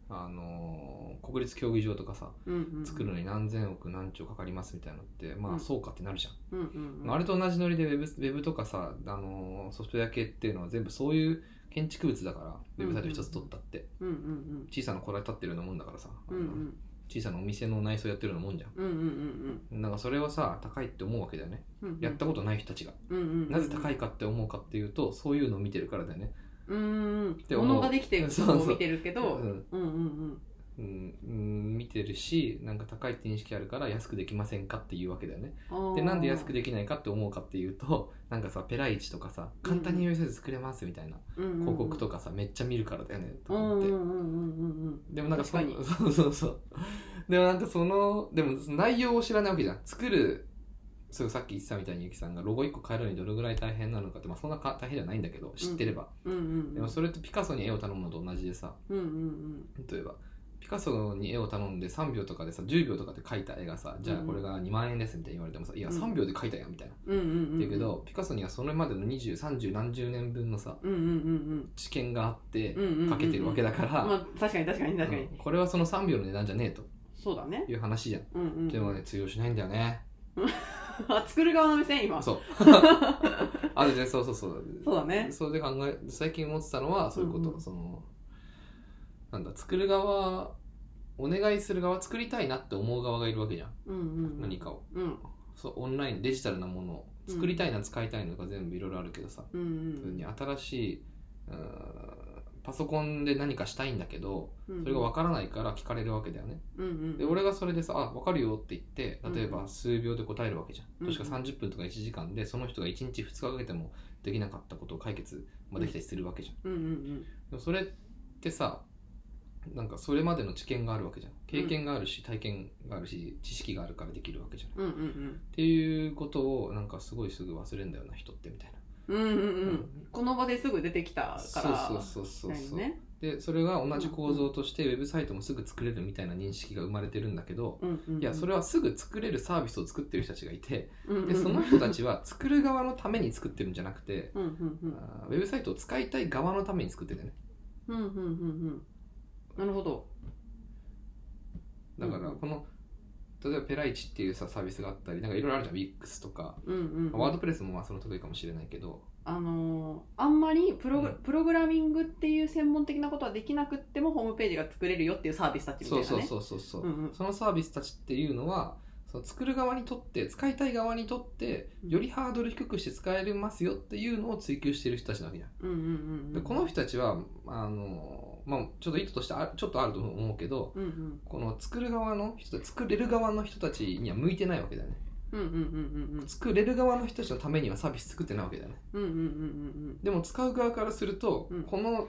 B: あのー国立競技場とかさ
A: うんうんうん
B: 作るのに何千億何兆かかりますみたいなのってま
A: う
B: あ
A: ん
B: そうかってなるじゃん、
A: うんうんうん
B: あれと同じノリでウェブウェブとかさ、あのーソフトウェア系っていうのは全部そういう建築物だからウェブサイト一つ取ったって、
A: うんうん
B: 小さな小屋建ってるようなもんだからさ、あ
A: うんう
B: の
A: んうん
B: 小さなお店の内装やってるようなもんじゃ
A: うんうんうん
B: んなんかそれはさ高いって思うわけだよね
A: うんうん
B: やったことない人たちが、
A: うんうんうん
B: なぜ高いかって思うかっていうとそういうのを見てるからだよね、
A: うんうん
B: て
A: うん
B: 思う
A: 物ができてる
B: そうそう
A: のを見てるけど
B: うん
A: うんうん
B: うんうん、見てるしなんか高いって認識あるから安くできませんかっていうわけだよね
A: うん
B: でなんで安くできないかって思うかっていうとなんかさペライチとかさ簡単にウェブサイト作れますみたいな広
A: 広
B: 告と
A: か
B: かさめっちゃ見るからだよねと
A: うん
B: 思っ
A: うん
B: て
A: うんうんうんうん
B: でもなんかそ
A: 確か
B: のそうそうそうでもなんかそのでも内容を知らないわけじゃん作るそうさっき言ってたみたいにゆきさんがロゴ1個変えるのにどれぐらい大変なのかって、まあ、そんなか大変じゃないんだけど知ってれば、
A: うんうん
B: でもそれってピカソに絵を頼むのと同じでさ
A: うんうん
B: 例えばピカソに絵を頼んで3秒とかでさ10秒とかで描いた絵がさじゃあこれが2万円ですみたいに言われてもさいや
A: うん
B: 3秒で描いたやんみたいな、
A: うんうんうんうん
B: って言うけどピカソにはそれまでの2030何十年分のさ
A: うんうんうん
B: 知見があって
A: うんうんうんうん
B: かけてるわけだから、
A: まあ確かに確かに確かに
B: うんこれはその3秒の値段じゃねえと
A: そうだね
B: いう話じゃん、
A: うんうん
B: でもね通用しないんだよね
A: あ作る側の目線今
B: そうあるねそうそうそう
A: そうだね
B: それで考え最近思ってたのはそういうこと、
A: うんうん
B: そのなんだ作る側お願いする側作りたいなって思う側がいるわけじゃん、
A: うんうん
B: 何かを
A: うん
B: そうオンラインデジタルなものを作りたいな、使いたいのが全部いろいろあるけどさ
A: うんうん
B: 普通に新しいうーんパソコンで何かしたいんだけどそれが分からないから聞かれるわけだよね、
A: うんうん
B: で俺がそれでさ「あ分かるよ」って言って例え
A: う
B: ば
A: ん
B: 数秒で答えるわけじゃん、
A: うん
B: 確か30分とか1時間でその人が1日2日かけてもできなかったことを解決、まあ、できたりするわけじゃん、
A: うんうん
B: でもそれってさなんかそれまでの知見があるわけじゃん経験があるし体験があるし知識があるからできるわけじゃん、
A: う
B: っ
A: んうんうん
B: ていうことをなんかすごいすぐ忘れんだよな人ってみたいな
A: うんうんうんこの場ですぐ出てきたから
B: そうそうそうそうそう、
A: だよね
B: でそれが同じ構造としてウェブサイトもすぐ作れるみたいな認識が生まれてるんだけど、
A: うんうんうん
B: いやそれはすぐ作れるサービスを作ってる人たちがいて
A: うんうん
B: でその人たちは作る側のために作ってるんじゃなくて
A: うんうんうん
B: あーウェブサイトを使いたい側のために作ってるんだよね
A: うんうんうんうんなるほど
B: だから
A: うん
B: この例えばペライチっていうさサービスがあったりなんかいろいろあるじゃん WIX とか
A: うんうんうん
B: ワードプレスもまあその得意かもしれないけど
A: あのーあんまりプログ,、
B: うん
A: プログラミングっていう専門的なことはできなくってもホームページが作れるよっていうサービスたちみたい
B: そ
A: な
B: う
A: ね
B: そうそうそうそう
A: うんうん
B: そのサービスたちっていうのはそその作る側にとって使いたい側にとってよりハードル低くして使えますよっていうのを追求してる人たちなわけじゃん
A: うんうんうんうん
B: でこの人たちはあの、まあ、ちょっと意図としてあちょっとあると思うけど
A: うんうん
B: この作る側の人作れる側の人たちには向いてないわけだよね
A: うんうんうん
B: 作れる側の人たちのためにはサービス作ってないわけだよね
A: うんうんうんうん
B: でも使う側からすると、
A: うん
B: この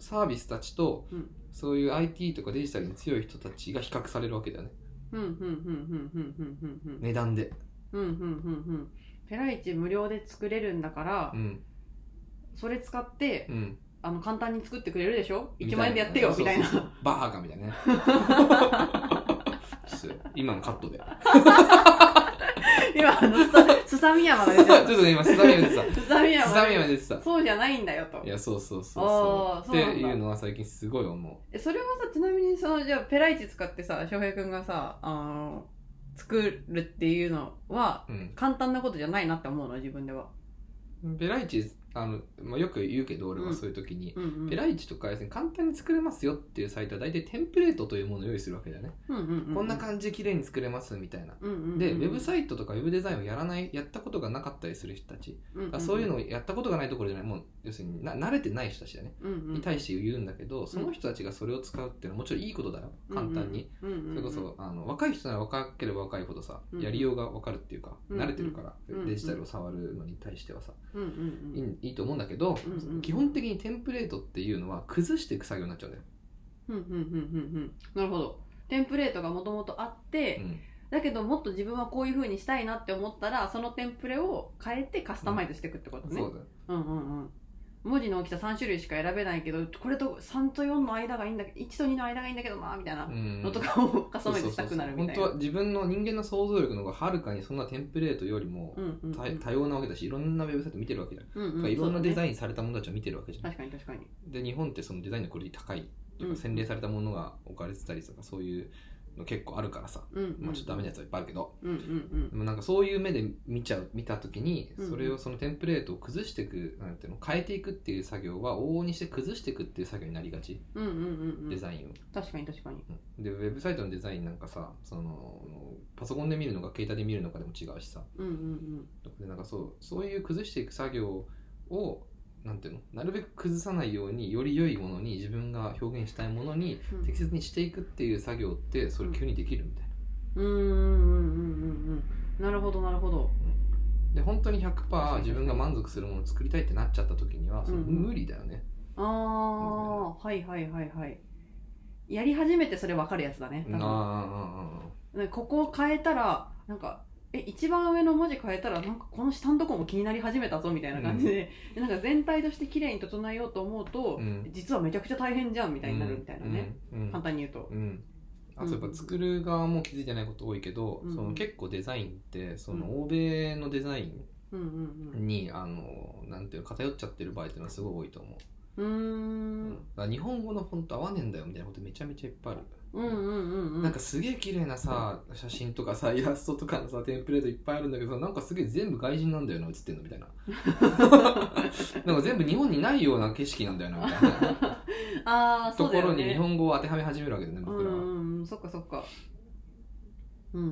B: サービスたちと、
A: うん
B: そういう IT とかデジタルに強い人たちが比較されるわけだよね
A: うんうんうんうんうんうんうんうん
B: 値段で、
A: うんうんうんうんペライチ無料で作れるんだから、
B: うん
A: それ使って
B: うん、
A: あの簡単に作ってくれるでしょ1万円でやってよみたいな
B: そうそうそうバーガーみたいなねそう今のカッ トで
A: 今あのすさすさみ山が出
B: ち
A: て
B: ょっ
A: る
B: とね今スタミナでさ
A: すさみ
B: ス
A: 山
B: タミナでさ
A: そうじゃないんだよと
B: いやそうそうそう
A: あー
B: そ
A: そ
B: う
A: うなんだ
B: っていうのは最近すごい思
A: えそれはさちなみにそのじゃあペライチ使ってさ翔平くんがさあの作るっていうのは
B: う、うん、
A: 簡単なことじゃないなって思うの自分では、
B: ベライチあの、まあ、よく言うけど俺はそういう時に、
A: うんうん、
B: ペライチとかですね簡単に作れますよっていうサイトは大体テンプレートというものを用意するわけだよね、
A: うんうんうん、
B: こんな感じで綺麗に作れますみたいな、
A: うんうんうん、
B: でウェブサイトとかウェブデザインをやらないやったことがなかったりする人たち
A: うんうんうん
B: そういうのをやったことがないところじゃないもう要するにな慣れてない人たちだね
A: うんうん
B: に対して言うんだけどその人たちがそれを使うっていうのはもちろんいいことだよ簡単に、
A: うんうんうん、
B: それこそあの若い人なら若ければ若いほどさ
A: うん
B: やりようが分かるっていうか
A: うん
B: 慣れてるから
A: うん
B: デジタルを触るのに対してはさ
A: うんうん
B: いいいいと思うんだけど
A: うんうん
B: 基本的にテンプレートっていうのは崩していく作業になっちゃうんだよ
A: うんうんうんうんうんなるほどテンプレートがもともとあって、
B: うん
A: だけどもっと自分はこういうふうにしたいなって思ったらそのテンプレを変えてカスタマイズしていくってことね、
B: そうだよ
A: うんうんうん文字の大きさ3種類しか選べないけどこれと3と4の間がいいんだ1と2の間がいいんだけどなみたいな
B: うん
A: のとかをカスタ
B: そう
A: マイズ
B: そう
A: し
B: そ
A: た
B: う
A: く
B: そう
A: なるみ
B: 本
A: たい
B: 当
A: な
B: は自分の人間の想像力の方がはるかにそんなテンプレートよりも
A: うんうんうん
B: 多多様なわけだしいろんなウェブサイト見てるわけじゃん
A: うん
B: と
A: う
B: か
A: ん
B: いろんなデ
A: イ
B: ザインされたものたちを見てるわけじゃん
A: 確かに確かに
B: で日本ってそのデザインのクオリティ高いと
A: う
B: か
A: ん
B: 洗練されたものが置かれてたりとかそういうの結構あるからさ
A: うんうん
B: まあちょっとダメなやつはいっぱいあるけど
A: うんうん
B: でもなんかそういう目で見ちゃう見た時に
A: うん
B: それをそのテンプレートを崩していくなんていうの変えていくっていう作業は往々にして崩していくっていう作業になりがち
A: うんうんうんうんう
B: デ
A: ん
B: ザインを
A: 確かに確かに
B: でウェブサイトのデザインなんかさそのパソコンで見るのか携帯で見るのかでも違うしさ
A: うんうん
B: でなんかそうそういう崩していく作業をなんていうのなるべく崩さないようにより良いものに自分が表現したいものに
A: うん
B: 適切にしていくっていう作業ってそれ急にできるみたいな。
A: うんうんうんうんうんうんなるほどなるほど
B: で本当に100%自分が満足するものを作りたいってなっちゃった時にはそれ
A: うんうん
B: 無理だよね。
A: ああはいはいはいはいやり始めてそれ分かるやつだね
B: ああ
A: 多分ねここを変えたらなんかえ一番上の文字変えたらなんかこの下のとこも気になり始めたぞみたいな感じで、でなんか全体として綺麗に整えようと思うと、
B: うん
A: 実はめちゃくちゃ大変じゃんみ
B: み
A: たいになるみたいなね、。
B: うんうん
A: 簡単に言うと。
B: うん、あとやっぱ作る側も気づいてないこと多いけど、
A: うん
B: その結構デザインってそうの欧米のデザイ
A: うんうん
B: ンに、あのなんていうの偏っちゃってる場合っていうのはすごい多いと思
A: うん
B: う、
A: うー
B: うん
A: ん
B: だから日本語のフォント合わねえんだよみたいなことめちゃめちゃいっぱいある、
A: うんうんうんうん
B: なんかすげえ綺麗なさ写真とかさイラストとかのさテンプレートいっぱいあるんだけどなんかすげえ全部外人なんだよな写ってんのみたいな なんか全部日本にないような景色なんだよなみ たいな
A: ああ
B: と
A: そうだ
B: ころ
A: よ
B: に日
A: ね
B: 本語を当てはめ始めるわけだね
A: う
B: 僕
A: ん
B: らは、
A: うんうんそっかそっかうん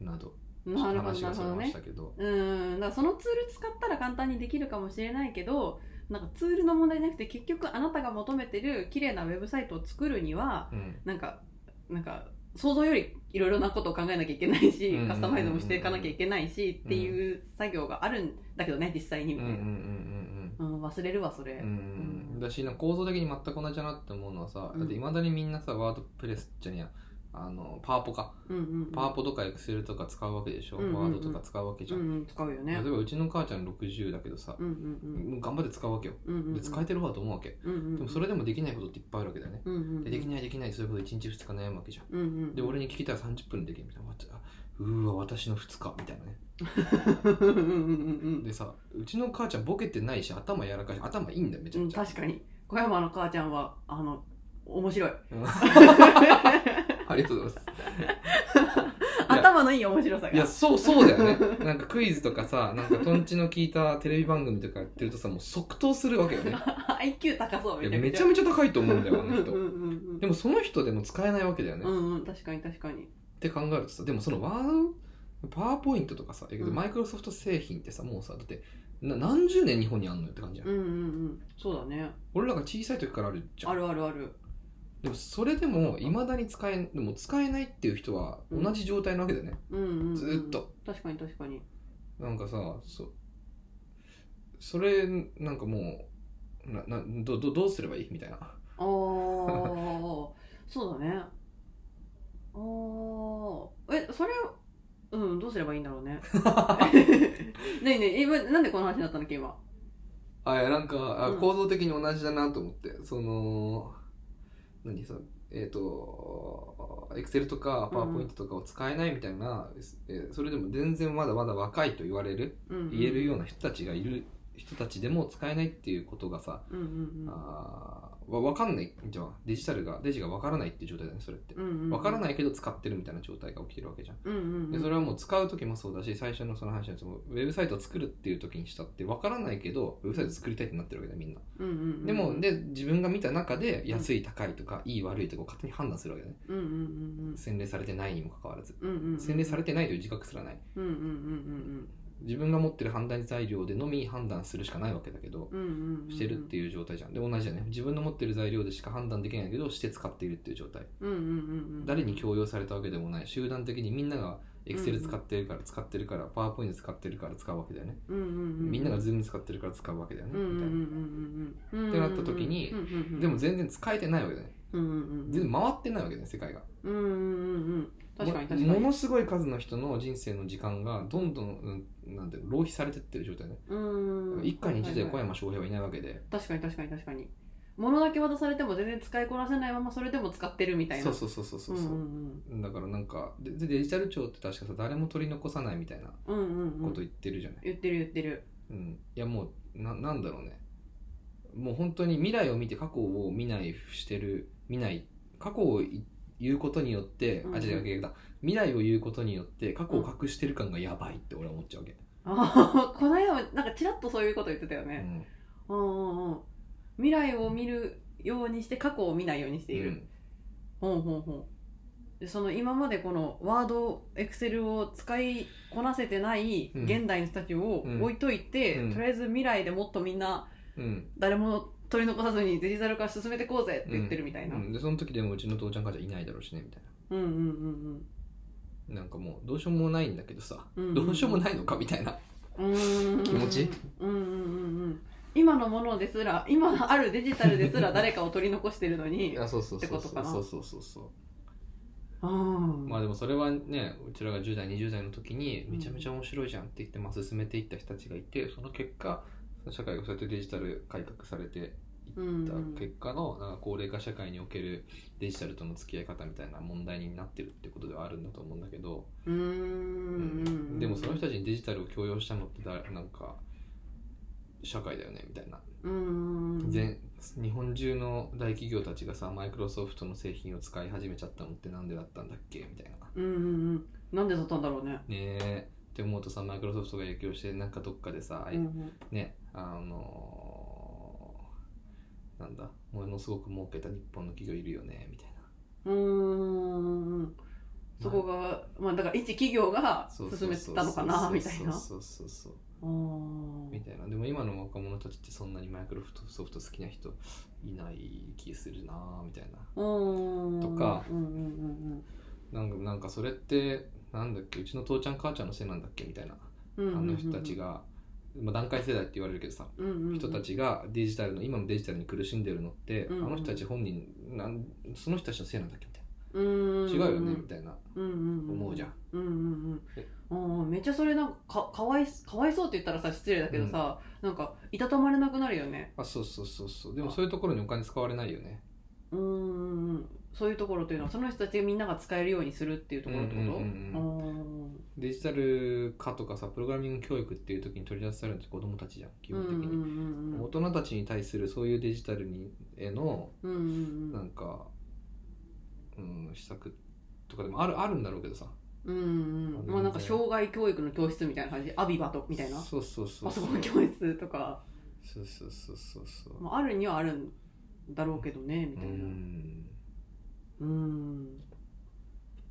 A: うん
B: など
A: うんなるほど
B: 話
A: な
B: が
A: る
B: そ
A: ほ
B: れ
A: ど
B: ま
A: ね
B: したけど
A: うんだからそのツール使ったら簡単にできるかもしれないけどなんかツールの問題じゃなくて結局あなたが求めてる綺麗なウェブサイトを作るには
B: うん
A: なんかなんか想像よりいろいろなことを考えなきゃいけないし、
B: うんうんうんうん
A: カスタマイズもしていかなきゃいけないし、っていう作業があるんだけどね実際に
B: う
A: み
B: ん
A: た
B: う
A: い
B: ん
A: な、うん忘れるわそれ、
B: うんうんうんうんだしなんか構造的に全く同じだなって思うのはさ、
A: うん
B: だっていまだにみんなさワードプレスじゃねえやあのパワポか
A: うんうんうん、
B: パワポとかエクセルとか使うわけでしょ、
A: うんうんうん
B: ワードとか使うわけじゃ、
A: うんんうん、使うよね
B: 例えばうちの母ちゃん60だけどさ
A: う、んうん
B: もう頑張って使うわけよ
A: うんうんうん
B: で使えてるわと思うわけ
A: うんうん
B: でもそれでもできないことっていっぱいあるわけだよね
A: うんうん
B: でできないできないそういうこと1日2日悩むわけじゃん
A: うんうん
B: で俺に聞きたら30分でできるみたいなわたうーわ私の2日みたいなね
A: うんうんうん
B: でさうちの母ちゃんボケてないし頭柔らかいし頭いいんだよめ
A: う
B: ちゃ
A: んう
B: め
A: ん
B: ちゃ、
A: 確かに小山の母ちゃんはあの面白い
B: うん ありがとうご ざいます
A: 頭のいい面白さが
B: いや、そう、そうだよね。なんかクイズとかさ、なんかトンチの効いたテレビ番組とかやってるとさ、もう即答するわ けよね。
A: IQ 高そうみ
B: いや
A: たいな
B: めちゃめちゃ高いと思うんだよ、あ
A: うんう
B: の
A: んう
B: 人。
A: んうん
B: でもその人でも使えないわけだよ
A: う
B: ね。
A: んうん確かに確かに
B: って考えるとさでもそのワードパワーポイントとかさだけど
A: うん
B: マイクロソフト製品ってさもうさだってな何十年日本にあんのよって感じじゃん、
A: うんうんうんそうだね
B: 俺らが小さい時からあるじゃ
A: あ
B: ん
A: るあるある
B: でもそれでもいまだに使えでも使えないっていう人は
A: うん
B: 同じ状態なわけだよね、
A: うんうん、うん、
B: ずーっと
A: 確かに確かに
B: なんかさそそれなんかもうななどどどうすればいいみたいな
A: あ ーそうだねあーえそれうんどうすればいいんだろ うねねえねえ今なんでこの話になったんだっけ今
B: あいやなんかあ、
A: うん
B: 構造的に同じだなと思ってその何さえっ、とエクセルとかパワーポイントとかを使えないみたいな、えーそれでも全然まだまだ若いと言われる
A: うんうん
B: 言えるような人たちがいる人たちでも使えないっていうことがさ、
A: うんうんうん
B: あーわ分かんないじゃんデジタルがデジが分からないっていう状態だねそれって
A: うんうんうん
B: 分からないいけど使ってるみたいな状態が起きてるわけじゃん
A: うんうん
B: でそれはもう使う時もそうだし最初のその話のやつもウェブサイトを作るっていう時にしたって分からないけどウェブサイト作りたいってなってるわけだよみんな
A: うんうんうん
B: でもで自分が見た中で安い高いとかいい悪いとかを勝手に判断するわけだね
A: うんうんうん
B: 洗礼されてないにもかかわらず
A: うんうんうん
B: 洗礼されてないという自覚すらない
A: うんうんうん
B: 自分が持ってる判断材料でのみ判断するしかないわけだけど
A: うんうんうんうんうん
B: してるっていう状態じゃんで同じだよね自分の持ってる材料でしか判断できないけどして使っているっていう状態
A: うんうんうんうん
B: 誰に強要されたわけでもない集団的にみんなが Excel 使ってるから使ってるから PowerPoint 使ってるから使うわけだよね
A: うんうんうん
B: みんなが Zoom 使ってるから使うわけだよね
A: うんうん
B: みたいな
A: うんうんうんうん
B: ってなった時に
A: うんうんうんうん
B: でも全然使えてないわけだよね
A: うんうんうん
B: 全然回ってないわけだよね世界が
A: うんうんうんうん確かに確かに
B: もものすごい数の人の人生の時間がどんどん、うん、なんていうの浪費されてってる状態ね、
A: うん
B: 一家に一台
A: はい
B: 小
A: はいはい
B: 山翔平はいないわけで、
A: 確かに確かに確かに物だけ渡されても全然使いこなせないままそれでも使ってるみたいな
B: そうそうそうそうそう、
A: う
B: うん
A: うん
B: だからなんかででデジタル庁って確かさ誰も取り残さないみたいな
A: うんうんうんう
B: こ
A: ん
B: と言ってるじゃない、
A: 言ってる言ってる
B: うんいやもうななんだろうねもう本当に未来を見て過去を見ないしてる見ない過去をい言うことによって、
A: うん
B: あ違う違う違うだ未来を言うことによって過去を隠してる感がやばいって俺は思っちゃうわけ、
A: ああこの間もなんかちらっとそういうこと言ってたよ
B: う
A: ね
B: ん
A: うんうんうん未来を見るようにして過去を見ないようにしている、
B: うん
A: ほんほんほんでその今までこのワードエクセルを使いこなせてない
B: うん
A: 現代の人たちを
B: うん
A: 置いといて、
B: うん
A: とりあえず未来でもっとみんな
B: うん、
A: 誰も取り残さずにデジタル化進めてこうぜって言ってるみたいな、う、
B: うんんでその時でもうちの父ちゃん母ちゃんいないだろうしねみたい
A: うんうんうん
B: ななんかもうどうしようもないんだけどさ、
A: うんうん
B: どうしようもないのかみたいな
A: 気
B: 気持ち
A: うんうんうんうん今のものですら今あるデジタルですら誰かを取り残してるのに
B: あそうそう
A: って
B: そ
A: こ
B: う
A: と
B: そう
A: かな
B: そうそうそうそう
A: うん
B: まあでもそれはねうちらが10代20代の時にめちゃめちゃ面白いじゃんって言って、まあ、進めていった人たちがいてその結果社会がそうやってデジタル改革されていっ
A: うんうん
B: た結果のなんか高齢化社会におけるデジタルとの付き合い方みたいな問題になってるってことではあるんだと思うんだけど、
A: うーん
B: でもその人たちにデジタルを強要したのってだなんか社会だよねみたいな
A: うん
B: 全日本中の大企業たちがさマイクロソフトの製品を使い始めちゃったのってなんでだったんだっけみたいな。
A: うんうんうんなんでだったんだろうね
B: ねえって思うとさマイクロソフトが影響してなんかどっかでさ、あい
A: うん
B: ねあのーなんだものすごく儲けた日本の企業いるよねみたいな
A: うんうんそこがまあだから一企業が
B: そう
A: 進めてたのかなみたいな
B: そうそうそうそう
A: あー
B: みたいなでも今の若者たちってそんなにマイクロソフト好きな人いない気するなみたいな
A: うん
B: とか
A: うんうんうん
B: なんかなんかそれってなんだっけうちの父ちゃん母ちゃんのせいなんだっけみたいな
A: うんうん
B: あの人たちが、まあ、団塊世代って言われるけどさ
A: うんうんうん
B: 人たちがデジタルの今のデジタルに苦しんでるのって、
A: うんうん
B: あの人たち本人なんその人たちのせいなんだっけみたい
A: うんうんうん
B: な違うよねみたいな
A: うんうん
B: 思うじゃん。
A: うんうん
B: え
A: うんうんめっちゃそれなんかかかわいかわいそうって言ったらさ失礼だけどさ、なんかいたたまれなくなるよね
B: あそうそうそうそうでもそういうところにお金使われないよね
A: うーんそういうところというのはその人たちみんなが使えるようにするっていうところってこと
B: うんうんうんデジタル化とかさプログラミング教育っていう時に取り出されるのって子供たちじゃん基
A: う
B: 本
A: ん
B: 的に、大人たちに対するそういうデジタルにへの
A: うんうんうんうんうんうん
B: なんかうん施策とかでもあるあるんだろうけどさ
A: うんうんまあなんか障害教育の教室みたいな感じアビバとみたいな
B: そうそうそ
A: パ
B: う
A: ソ
B: そう
A: コン教室とか、
B: そうそうそうそうそう
A: まあ、あるにはあるんだろうけどねみ
B: う
A: たいなうん
B: ん
A: ん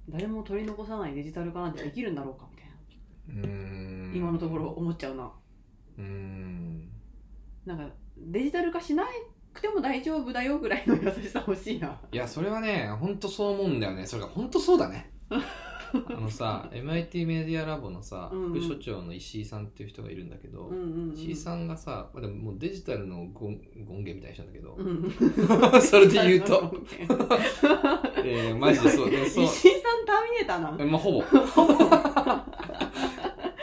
A: 誰も取り残さないデジタル化なんてできるんだろうかみたいな、
B: うーん
A: 今のところ思っちゃうな
B: うーん
A: なんかデジタル化しなくても大丈夫だよぐらいの優しさ欲しいない
B: やそれはね本当そう思うんだよねそれが本当そう だねあのさ MIT メディアラボのさ、
A: うんうん
B: 副所長の石井さんっていう人がいるんだけど、
A: うんうんうん
B: 石井さんがさ、まあ、でももうデジタルのゴンゴンゲみたいな人なんだけど、
A: うん
B: それで言う と
A: 石井さんの
B: えー、マジでそうでも
A: 石
B: そ
A: 井
B: う
A: さんターミネーターなの
B: えまあほぼ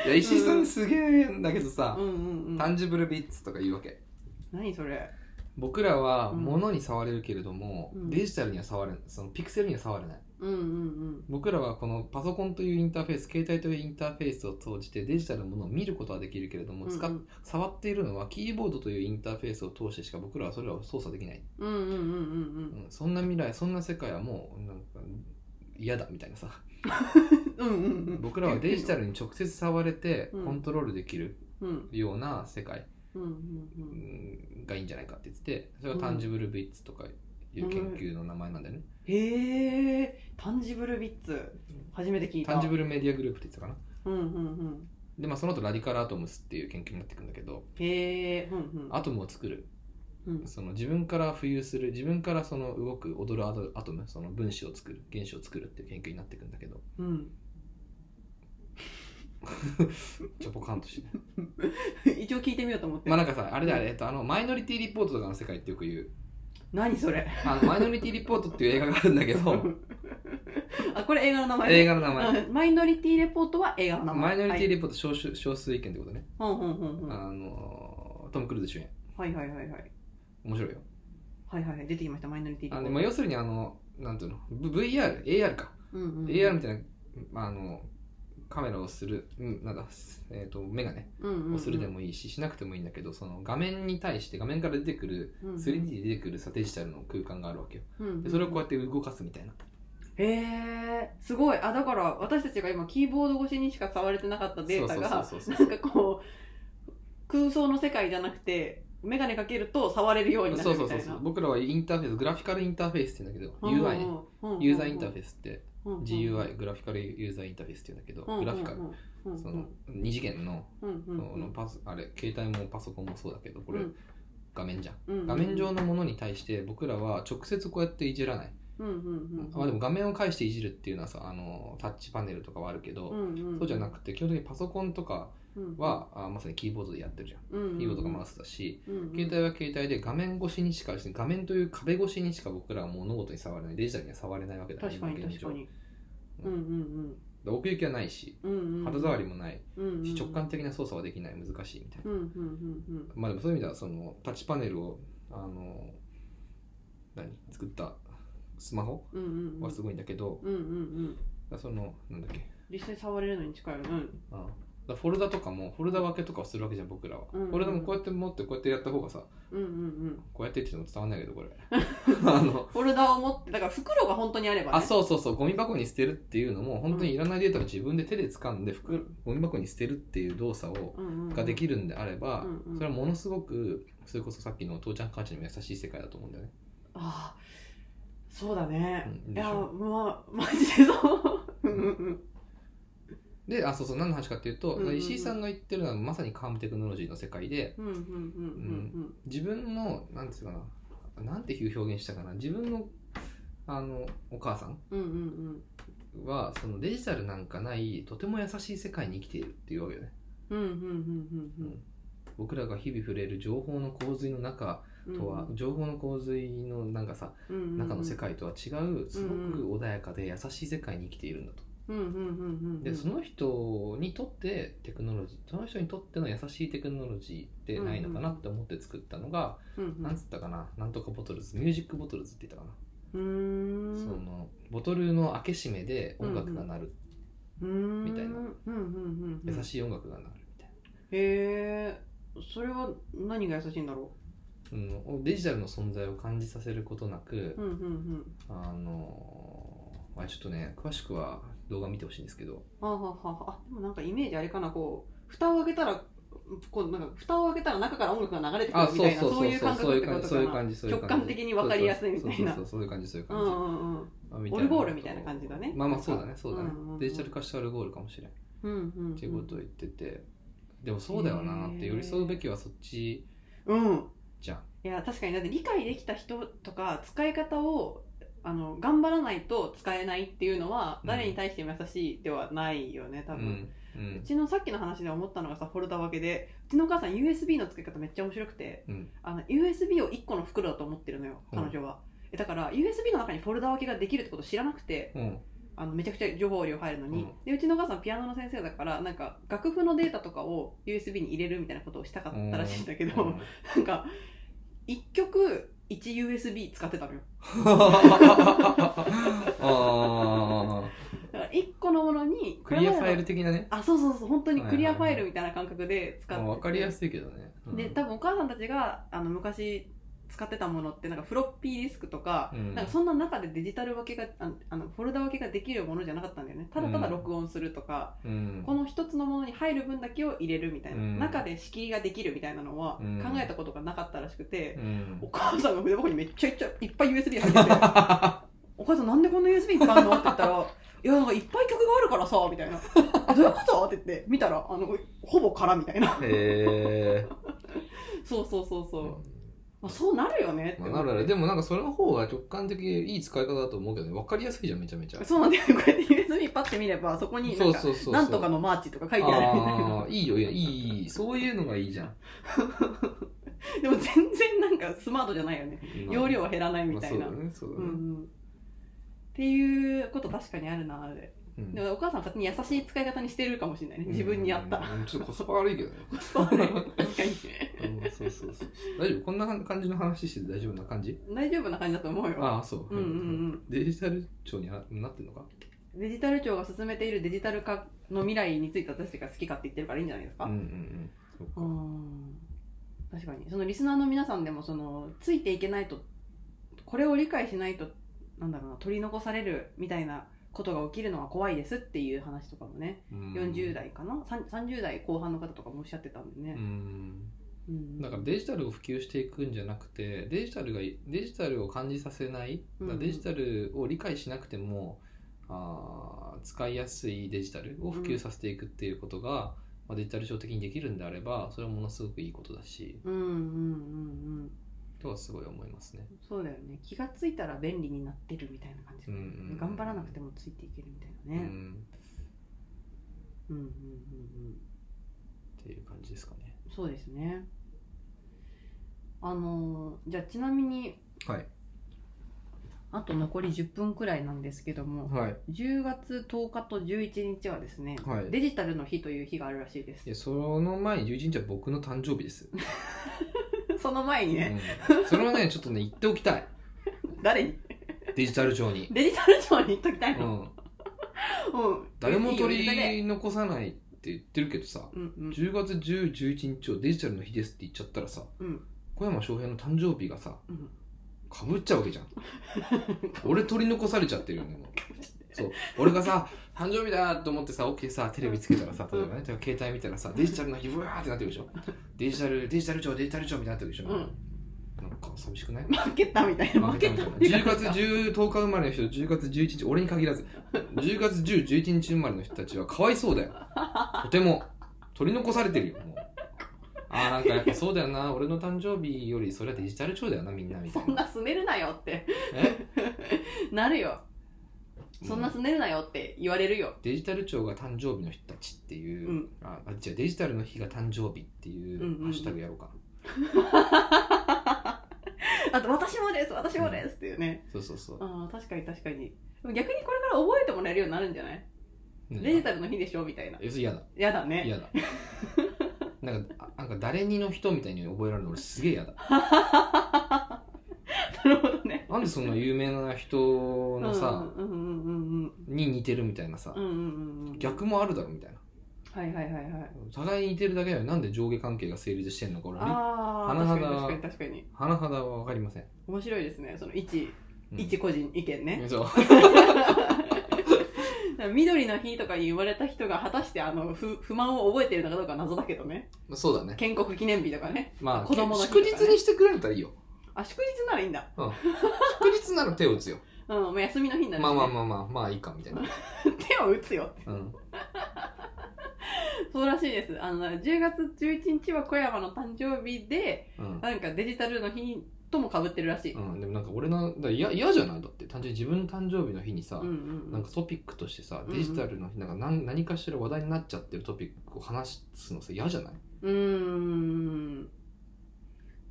B: いや石井さんすげえんだけどさ、
A: うんうんうん
B: タンジブルビッツとか言うわけ
A: 何それ
B: 僕らは
A: うん
B: 物に触れるけれども、
A: うん
B: デジタルには触れないそのピクセルには触れない
A: うんうん
B: 僕らはこのパソコンというインターフェース携帯というインターフェースを通じてデジタルのものを見ることはできるけれども、
A: うん
B: 使っ触っているのはキーボードというインターフェースを通してしか僕らはそれらを操作できない、
A: うんうんうんうん
B: うんそんな未来そんな世界はもうなんか嫌だみたいなさ
A: うんうんうんうんうん
B: 僕らはデジタルに直接触れて
A: うん
B: コントロールできる
A: うん
B: ような世界
A: うんうんう
B: うんんがいいんじゃないかって言っててそれがタンジブルビッツとかいう研究の名前なんだよね、
A: へえタンジブルビッツ初めて聞いた
B: タンジブルメディアグループって言ってたかな
A: うんうんうん
B: で、まあ、その後ラディカルアトムスっていう研究になってくんだけど
A: へえうんうん
B: アトムを作る
A: うん
B: その自分から浮遊する自分からその動く踊るアトアトムその分子を作る原子を作るっていう研究になってくんだけど
A: うん
B: ちょぽかんとしてね
A: 一応聞いてみようと思って、
B: まあなんかさあれだあれ、えっと、あのマイノリティリポートとかの世界ってよく言う
A: 何それ
B: あのマイノリティリポートっていう映画があるんだけど
A: あこれ映画の名前
B: 映画の名前
A: うんマイノリティレポートは映画の名
B: マ
A: 前
B: イノリティ
A: レ
B: リポート少数少数意見ってことね、
A: ポートはいうんうんうんうん
B: あのトム・クルーズ主演
A: はいはいはいはい
B: 面白いよ
A: はいはいはい出てきましたマイノリティレポ
B: あ
A: ー
B: の、
A: ト
B: まあ、要するにあのなんていうの VRAR か
A: うんうんうん
B: AR みたいな、まあ、あのカメラをする、うん、なんだ、えー、とメガネ
A: うんうんうん
B: をするでもいいし、しなくてもいいんだけどその画面に対して画面から出てくる
A: うんうん
B: 3D で出てくるさデジタルの空間があるわけよ
A: うんうん
B: でそれをこうやって動かすみたいな
A: へえすごいあだから私たちが今キーボード越しにしか触れてなかったデータが
B: そうそうそう
A: な
B: そ
A: ん
B: う
A: かこう空想の世界じゃなくて眼鏡かけると触れるようにな
B: そう
A: る
B: そ
A: み
B: う
A: た
B: そ
A: いうな
B: そう僕らはインターフェースグラフィカルインターフェースって言うんだけど UI ねユーザーインターフェースって
A: ェ
B: GUI グラフィカルユーザーインターフェースって言うんだけどグラフィカルその2次元のそのパソあれ携帯もパソコンもそうだけどこれ
A: うん
B: 画面じゃん画面上のものに対して僕らは直接こうやっていじらない、まあ、でも画面を介していじるっていうのはさあのタッチパネルとかはあるけど、そうじゃなくて基本的にパソコンとかは、あまさにキーボードでやってるじゃんキーボードとかマウスだし、携帯は携帯で画面越しにしかですね画面という壁越しにしか僕らは物事に触れないデジタルには触れないわけだ
A: 確かに確か
B: で
A: にうんうん
B: 奥行きはないし
A: うんうんうん
B: 肌触りもない
A: うん
B: し直感的な操作はできない難しいみたいな
A: うんうんうん
B: まあでもそういう意味ではそのタッチパネルをあの何作ったスマホ
A: うんうんうん
B: はすごいんだけど、
A: うんうんうん
B: そのなんだっけ
A: 実際触れるのに近いよねうん
B: あだフォルダとかもフォルダ分けとかをするわけじゃん僕らは、
A: うんうん
B: フォルダもこうやって持ってこうやってやった方がさ
A: うんうんうん
B: こうやってって言っても伝わんないけどこれ あの
A: フォルダを持ってだから袋が本当にあればね
B: あそうそうそうゴミ箱に捨てるっていうのも本当にいらないデータを自分で手で掴んで袋ゴミ箱に捨てるっていう動作を
A: うんうんうん
B: ができるんであれば、
A: うんうん
B: それはものすごくそれこそさっきの父ちゃん母ちゃんにも優しい世界だと思うんだよね、
A: ああそうだね、
B: うん
A: い
B: でし
A: や
B: ょ
A: まあマジで そううんうんうん
B: であそうそう何の話かっていう
A: う
B: と、
A: んうんうん
B: 石井さんが言ってるのはまさにカームテクノロジーの世界で
A: うんうんうん
B: 自分のなんていうかななんていう表現したかな自分のあのお母さん
A: うんうんうんうん
B: はそのデジタルなんかないとても優しい世界に生きているっていうわけよね、
A: うんうんうんうんうん
B: 僕らが日々触れる情報の洪水の中
A: うん
B: とは、情報の洪水のなんかさ
A: うんうんうん
B: 中の世界とは違うすごく穏やかで優しい世界に生きているんだと
A: うんうんうんうん
B: でその人にとってテクノロジーその人にとっての優しいテクノロジーってないのかなって思って作ったのが、
A: うんうん
B: なんつったかななんとかボトルズミュージックボトルズって言ったか
A: うー
B: な、そ
A: ん
B: のボトルの開け閉めで音楽が鳴る、
A: うーん
B: みたい
A: う
B: な
A: んうんうんうん
B: 優しい音楽が鳴るみたい
A: へえそれは何が優しいんだろ
B: な、うん、デジタルの存在を感じさせることなく
A: う、うんうんうん
B: あのまあちょっとね詳しくは動画見てほしいんですけど
A: あはははあでもなんかイメージあれかなこう蓋を開けたらこうなんか蓋を開けたら中から音楽が流れてくる
B: あ
A: み
B: そ
A: たい
B: う
A: な
B: そう
A: そう
B: そう
A: いう
B: そう
A: 感
B: そう
A: 覚っ
B: い
A: て
B: う
A: こ
B: 感じ
A: と
B: そ
A: か
B: ういう
A: な直
B: 感じそういう感じ
A: 感的に分かりやすいみたいな
B: そうそうそうそういう感じそういう
A: う
B: 感
A: ん
B: じ、
A: うんうん
B: あみたいな
A: オルゴールみたいな感じだね
B: まあまあそうだねそうだね、
A: うんうんうん
B: デジタル化したオルゴールかもしれない、
A: うんうんうん
B: っていうことを言っててでもそうだよなって
A: へー
B: 寄り添うべきはそっち
A: うん
B: じゃん
A: いや確かにだって理解できた人とか使い方をあの頑張らないと使えないっていうのは
B: うん
A: 誰に対しても優しいではないよね多分、う
B: うんうん
A: ちのさっきの話で思ったのがさフォルダ分けでうちのお母さん USB の使い方めっちゃ面白くて
B: うん
A: あの USB を1個の袋だと思ってるのよ
B: うん
A: 彼女は、えだから USB の中にフォルダ分けができるってことを知らなくて
B: うん
A: あのめちゃくちゃ情報量入るのに、
B: うん
A: でうちのお母さんピアノの先生だからなんか楽譜のデータとかを USB に入れるみたいなことをしたかったらしいんだけど、
B: うん
A: なんか一曲 1USB 使ってたのよ
B: あー
A: だから1個のものに
B: クリアフ
A: これま
B: ァイ
A: で
B: ル
A: の
B: 的なね
A: あそうそうそう本当にクリアファイ
B: はい
A: ル
B: はいはい
A: みたいな感覚で使
B: ま
A: ってて、
B: あわかりやすいけどねうん
A: で多分お母さんたちがあの昔使ってたものってなんかフロッピーディスクとか,、
B: うん
A: なんかそんな中でデジタル分けがあのあのフォルダ分けができるものじゃなかったんだよねただただ
B: うん
A: 録音するとか、
B: うん
A: この一つのものに入る分だけを入れるみたいな、
B: うん
A: 中で仕切りができるみたいなのは
B: うん
A: 考えたことがなかったらしくて、
B: うん
A: お母さんが筆箱にめっちゃいっちゃいっぱい USB 入っててお母さんなんでこんな USB いっぱいあるのって言ったらいやなんかいっぱい曲があるからさみたいなえどういうことって言って見たらあのほぼ空みたい な
B: へえ
A: そうそうそうそう、まあ、そうなるよねって
B: まあ
A: 思って
B: なるなるでもなんかそれの方が直感的にいい使い方だと思うけどねわかりやすいじゃんめちゃめちゃ
A: そうなんだよこうやって USB パッて見ればそこになんか
B: そうそうそうそう
A: なんとかのマーチとか書いてあるみたい
B: あ
A: な
B: ーいいよいいよいいいいそういうのがいいじゃん
A: でも全然なんかスマートじゃないよね 容量は減らないみたいな、
B: まあそうだねそう
A: う
B: だ
A: ん
B: ね
A: うんっていうこと確かにあるなあれ
B: うん
A: でもお母さんは勝手に優しい使い方にしてるかもしれないね自分に合った
B: うんちょっとコスパ悪いけどね
A: そうね確かに
B: うんそうそうそう大丈夫こんな感じの話してて大丈夫な感じ
A: 大丈夫な感じだと思うよ
B: ああそう、
A: うんうんうん
B: デジタル庁になってんのか
A: デジタル庁が進めているデジタル化の未来について私たちが好きかって言ってるからいいんじゃないですか、
B: うんうんうんそう
A: う
B: か
A: ーん確かにそのリスナーの皆さんでもそのついていけないとこれを理解しないとなんだろうな取り残されるみたいなことが起きるのは怖いですっていう話とかもね、
B: うん
A: 40代かなさん30代後半の方とかもおっしゃってたんで
B: う
A: ね、
B: ん
A: うん
B: だからデジタルを普及していくんじゃなくてデジタルがデジタルを感じさせない
A: うん
B: だからデジタルを理解しなくても、あー使いやすいデジタルを普及させていくっていうことが、まあ、デジタル上的にできるんであればそれはものすごくいいことだし
A: うんうんうんうん
B: とはすごい思いますね。
A: そうだよね気がついたら便利になってるみたいな感じ、
B: うんうんうん
A: 頑張らなくてもついていけるみたいな
B: う
A: ね、
B: ん、
A: うん、うんうんうん
B: っていう感じですかね。
A: そうですねあのーじゃあちなみに
B: はい、
A: あと残り10分くらいなんですけども、
B: はい、
A: 10月10日と11日はですね、
B: はい
A: デジタルの日という日があるらしいです
B: いや。その前に11日は僕の誕生日です。
A: その前にね、
B: うんそれはねちょっとね言っておきたい
A: 誰に
B: デジタル庁に。
A: デジタル庁に行っときたいうの、
B: ん、
A: うん、
B: 誰も取
A: いいよ
B: り残さないって言ってるけどさ、
A: うんうん
B: 10月10、11日をデジタルの日ですって言っちゃったらさ、
A: うん
B: 小山翔平の誕生日がさ、
A: うん
B: かぶっちゃうわけじゃん。俺取り残されちゃってるよね、もう。そう俺がさ誕生日だと思ってさ起きてさテレビつけたらさ例えばね携帯見たらさデジタルの日うわーってなってるでしょデジタルデジタル庁デジタル庁みたいになってるでしょ、
A: うん
B: なんか寂しくない
A: 負けたみたいな負けたっていう
B: 10
A: か
B: 月10 10日生まれの人10月11日俺に限らず10月10 11日生まれの人たちはかわいそうだよとても取り残されてるよもうああなんかやっぱそうだよな俺の誕生日よりそれはデジタル庁だよなみんなみたい
A: そん
B: な
A: なすねるなよって
B: え
A: なるよ
B: うん
A: そんなすねるなよって言われるよ、
B: デジタル庁が誕生日の人たちっていう、
A: うん
B: ああ違うデジタルの日が誕生日ってい
A: んうんうん
B: うハッシュタグやろうかな、
A: あと私もです私もですっていうね、
B: そうそうそう、
A: ああ確かに確かにでも逆にこれから覚えてもらえるようになるんじゃない
B: ね
A: デジタルの日でしょみたいな
B: 要するに嫌だ
A: やだね
B: 嫌だなんかあなんか誰にの人みたいに覚えられるの俺すげえ嫌だ
A: なるほどね
B: なんでそんな有名な人のさ、
A: うんうんうんうん
B: に似てるみたいなさ、
A: うんうんうんうん
B: 逆もあるだろみたいな
A: はいはいはいはい
B: 互いに似てるだけなのになんで上下関係が成立してんのか俺は
A: ああ
B: 甚
A: 確
B: だ
A: かに確かに確かに
B: 甚だは分かりません、
A: 面白いですねその一
B: うん
A: 一個人意見ね、
B: そう
A: から緑の日とかに言われた人が果たしてあの不不満を覚えてるのかどうか謎だけどね
B: まあそうだね
A: 建国記念日とかね
B: まあ
A: 子供の日と
B: 祝
A: かね
B: 日にしてくれたらいいよ
A: あ祝日ならいいんだ
B: 祝日なら手を打つよ
A: うんもう休みの日 になるし
B: ま
A: ね、
B: あまあまあまあまあいいかみたいな、
A: 手を打つよ
B: うん、
A: そうらしいですあの10月11日は小山の誕生日で
B: うん
A: なんかデジタルの日ともかぶってるらしい、
B: うん、でもなんか俺のだから嫌嫌じゃないだって単純に自分の誕生日の日にさ、
A: うんうん
B: なんかトピックとしてさ
A: うん
B: デジタルの日なんか何何かしら話題になっちゃってるトピックを話すのさ嫌じゃないう
A: ーん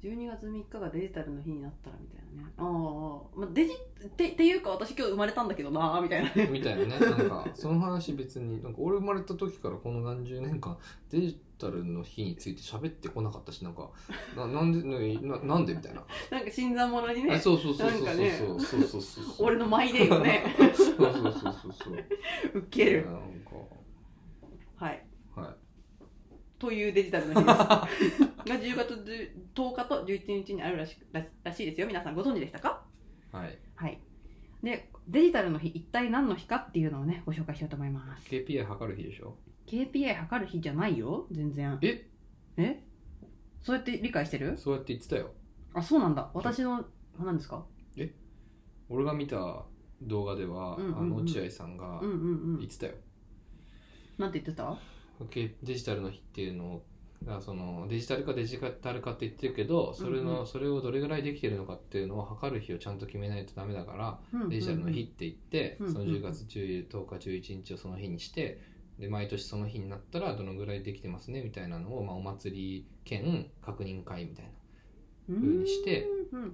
A: 12月3日がデジタルの日になったらみたいなねああ、まあ、デジってっていうか私今日生まれたんだけどなみたいなね
B: みたいなねなんかその話別になんか俺生まれた時からこの何十年間デジタルの日について喋ってこなかったしなんかななんでななんでみたいな
A: なんか新参者に
B: あ
A: ね
B: そうそうそうそ
A: な
B: う
A: んかね
B: そうそうそうそうそう
A: 俺のマイデーをね
B: そうそうそうそうそう
A: ウケ
B: なん
A: る
B: か
A: はい
B: は
A: というデジタルの日ですが10月10日と11日にあるらしらしらしいですよ皆さんご存知でしたか
B: いはい
A: はいでデジタルの日一体何の日かっていうのをねご紹介しようと思います
B: KPI 測る日でしょ
A: KPI 測る日じゃないよ全然
B: え
A: えそうやって理解してる
B: そうやって言ってたよ
A: あそうなんだ私の何ですか
B: 俺が見た動画では、
A: うんうんうん
B: あの落合さんが
A: うんうんう
B: 言っ
A: ん
B: てたよ、
A: なんて言ってた
B: OK デジタルの日っていうのをだからそのデジタル化デジタル化って言ってるけどそれの、
A: うんう
B: それをどれぐらいできてるのかっていうのを測る日をちゃんと決めないとダメだから、デジタルの日って言って、
A: うんうん
B: その10月10 10日11日をその日にしてで毎年その日になったらどのぐらいできてますねみたいなのを、まあ、お祭り兼確認会みたいな風にして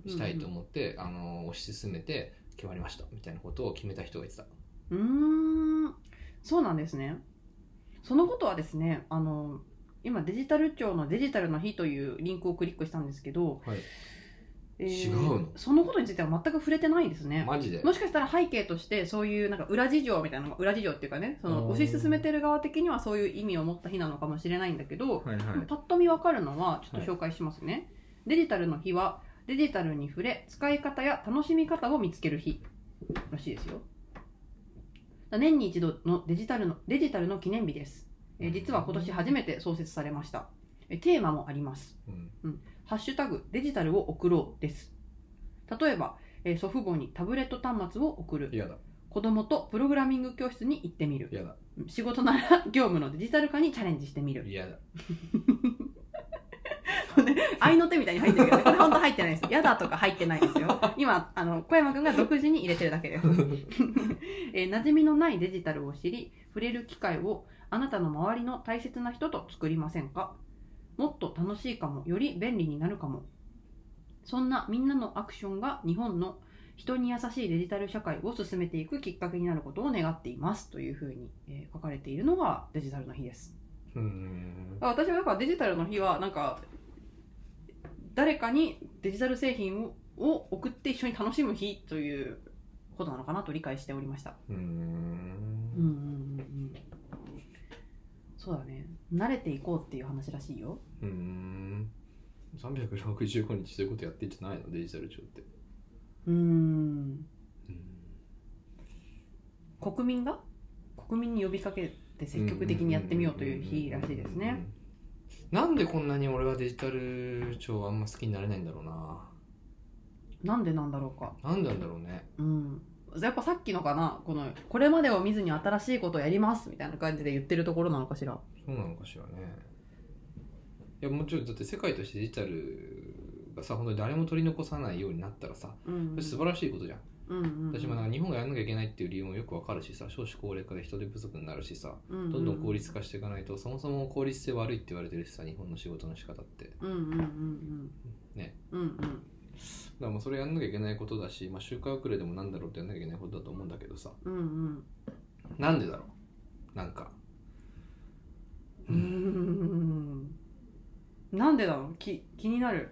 B: したいと思って、あの推し進めて決まりましたみたいなことを決めた人が言ってた。
A: うんうんうーんそうなんですねそのことはですねあの今デジタル庁のデジタルの日というリンクをクリックしたんですけど、
B: はい
A: えー
B: 違うの
A: そのことについては全く触れてないですね
B: マジで
A: もしかしたら背景としてそういうなんか裏事情みたいなのが裏事情っていうかねその
B: うん
A: 推し進めてる側的にはそういう意味を持った日なのかもしれないんだけど、
B: はいはい
A: パッと見わかるのはちょっと紹介しますね、デジタルの日はデジタルに触れ使い方や楽しみ方を見つける日らしいですよ年に一度のデジタルのデジタルの記念日です、えー実は今年初めて創設されましたえーテーマもあります
B: うん
A: ハッシュタグデジタルを送ろうです例えば、えー祖父母にタブレット端末を送る
B: 嫌だ
A: 子供とプログラミング教室に行ってみる
B: 嫌だ
A: 仕事なら業務のデジタル化にチャレンジしてみる
B: 嫌だ
A: 愛の手みたいに入ってるけど、ね、これ本当入ってないです。やだとか入ってないですよ。今、あの、小山くんが独自に入れてるだけです。 えー馴染みのないデジタルを知り、触れる機会をあなたの周りの大切な人と作りませんかもっと楽しいかも、より便利になるかも。そんなみんなのアクションが日本の人に優しいデジタル社会を進めていくきっかけになることを願っていますというふうに、えー書かれているのがデジタルの日です。
B: うん
A: あ私はだからデジタルの日はなんか誰かにデジタル製品をを送って一緒に楽しむ日ということなのかなと理解しておりました
B: うー
A: うん
B: ん
A: うんうんうんそうだね慣れていこうっていう話らしいよ
B: うーん365日そういうことやってんじゃないのデジタル庁って
A: うーん
B: うん
A: 国民が国民に呼びかけて積極的にやってみようという日らしいですね
B: なんでこんなに俺はデジタル庁はあんま好きになれないんだろうな
A: なんでなんだろうか
B: なんでなんだろうね
A: うんやっぱさっきのかなこのこれまでを見ずに新しいことをやりますみたいな感じで言ってるところなのかしら
B: そうなのかしらねいやもちろんだって世界としてデジタルがさ本当に誰も取り残さないようになったらさ
A: うんうん
B: それ素晴らしいことじゃん
A: うんうんうん
B: 私もなんか日本がやんなきゃいけないっていう理由もよくわかるしさ少子高齢化で人手不足になるしさ
A: ど
B: どんどん効率化していかないとそもそも効率性悪いって言われてるしさ日本の仕事の仕方ってだか
A: うんうんうんうん
B: ね
A: うんうん
B: らもうそれやんなきゃいけないことだし、まあ、周回遅れでもなんだろうってやんなきゃいけないことだと思うんだけどさ
A: うんうん
B: なんでだろうなんか
A: うんうんなんでだろうき気になる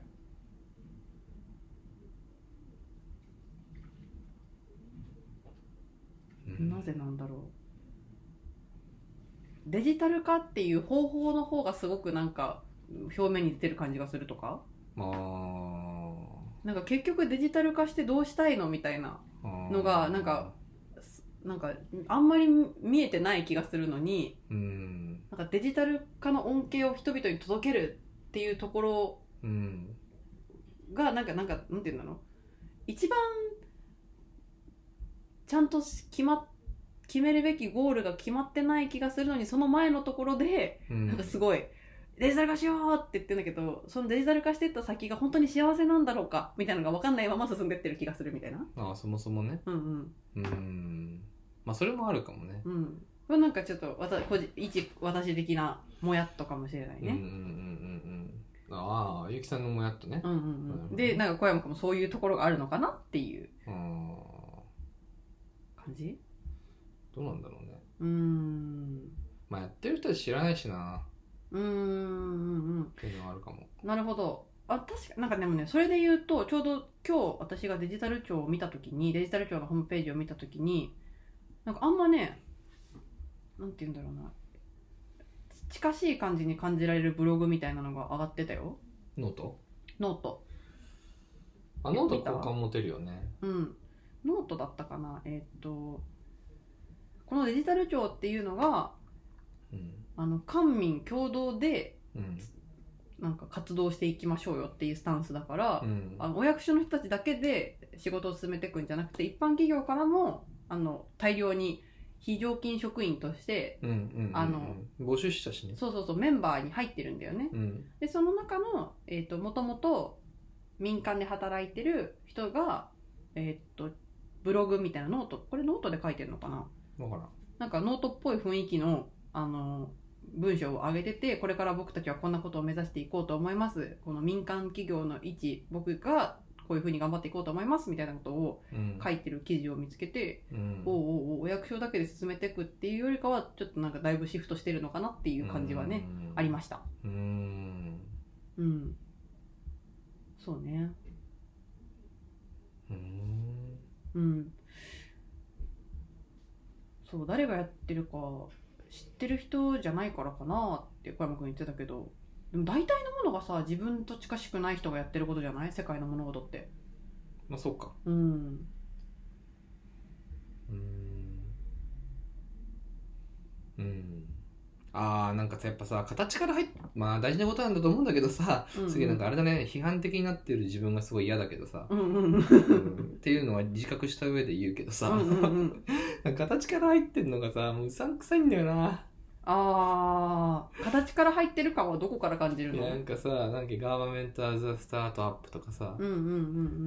B: うん
A: なぜなんだろうデジタル化っていう方法の方がすごくなんか表面に出てる感じがするとか
B: まあ
A: なんか結局デジタル化してどうしたいのみたいな
B: あー
A: のがなんかすなんかあんまり見えてない気がするのに
B: うん
A: なんかデジタル化の恩恵を人々に届けるっていうところ
B: うん
A: がなんかなんかなんていうんだろう一番ちゃんとし決まっ決めるべきゴールが決まってない気がするのにその前のところで
B: うん
A: なんかすごい、デジタル化しようって言ってんだけどそのデジタル化してった先が本当に幸せなんだろうかみたいなのが分かんないまま進んでってる気がするみたいな
B: ああそもそもね
A: うんうん
B: うんまあそれもあるかもね
A: うんこれなんかちょっと私個人一私的なもやっとかもしれない
B: うんうんうん
A: ね、
B: うんうんああゆきさんのもやっとね
A: うん、うんう
B: なる
A: ん
B: ほ
A: う
B: ど
A: んでなんか小山君もそういうところがあるのかなっていう
B: うん
A: 感じ
B: どうなんだろうね
A: うーん
B: まあやってる人は知らないしな
A: うーんうんうん
B: っていうのはあるかも
A: なるほどあ確かなんかでもねそれで言うとちょうど今日私がデジタル庁を見た時にデジタル庁のホームページを見た時になんかあんまねなんて言うんだろうな近しい感じに感じられるブログみたいなのが上がってたよ
B: ノート
A: ノート
B: あノート好感持てるよね
A: うんノートだったかなえーっとこのデジタル庁っていうのが
B: うん
A: あの官民共同で
B: うん
A: なんか活動していきましょうよっていうスタンスだから、
B: うん
A: あのお役所の人たちだけで仕事を進めていくんじゃなくて一般企業からもあの大量に非常勤職員として
B: うんうんうん
A: あの
B: 募集したしね
A: そうそうそうメンバーに入ってるんだよね。
B: うん
A: でその中のえーともともと民間で働いてる人が、えー、とブログみたいなノートこれノートで書いてるのかな
B: わからん
A: なんかノートっぽい雰囲気のあの文章を上げててこれから僕たちはこんなことを目指していこうと思いますこの民間企業の位置僕がこういうふうに頑張っていこうと思いますみたいなことを
B: うん
A: 書いてる記事を見つけて、
B: うん
A: おうおうおうお役所だけで進めていくっていうよりかはちょっとなんかだいぶシフトしてるのかなっていう感じはね、ありま
B: し
A: した
B: たうん
A: うんそうね
B: うん
A: うんそう誰がやってるか知ってる人じゃないからかなって小山君言ってたけどでも大体のものがさ自分と近しくない人がやってることじゃない世界の物事って
B: まあそうか
A: うん
B: うんうんあーなんかさやっぱさ形から入っまあ大事なことなんだと思うんだけどさ、
A: うんうん
B: すげえなんかあれだね批判的になってる自分がすごい嫌だけ どさ、
A: うんうんうん
B: うんっていうのは自覚した上で言うけどさ、
A: うんうんうん
B: 形から入ってんのがさもううさんくさいんだよな、
A: あー形から入ってる感はどこから感じるの、
B: なんかさなんかガーバメントアザスタートアップとかさ
A: う、んうんう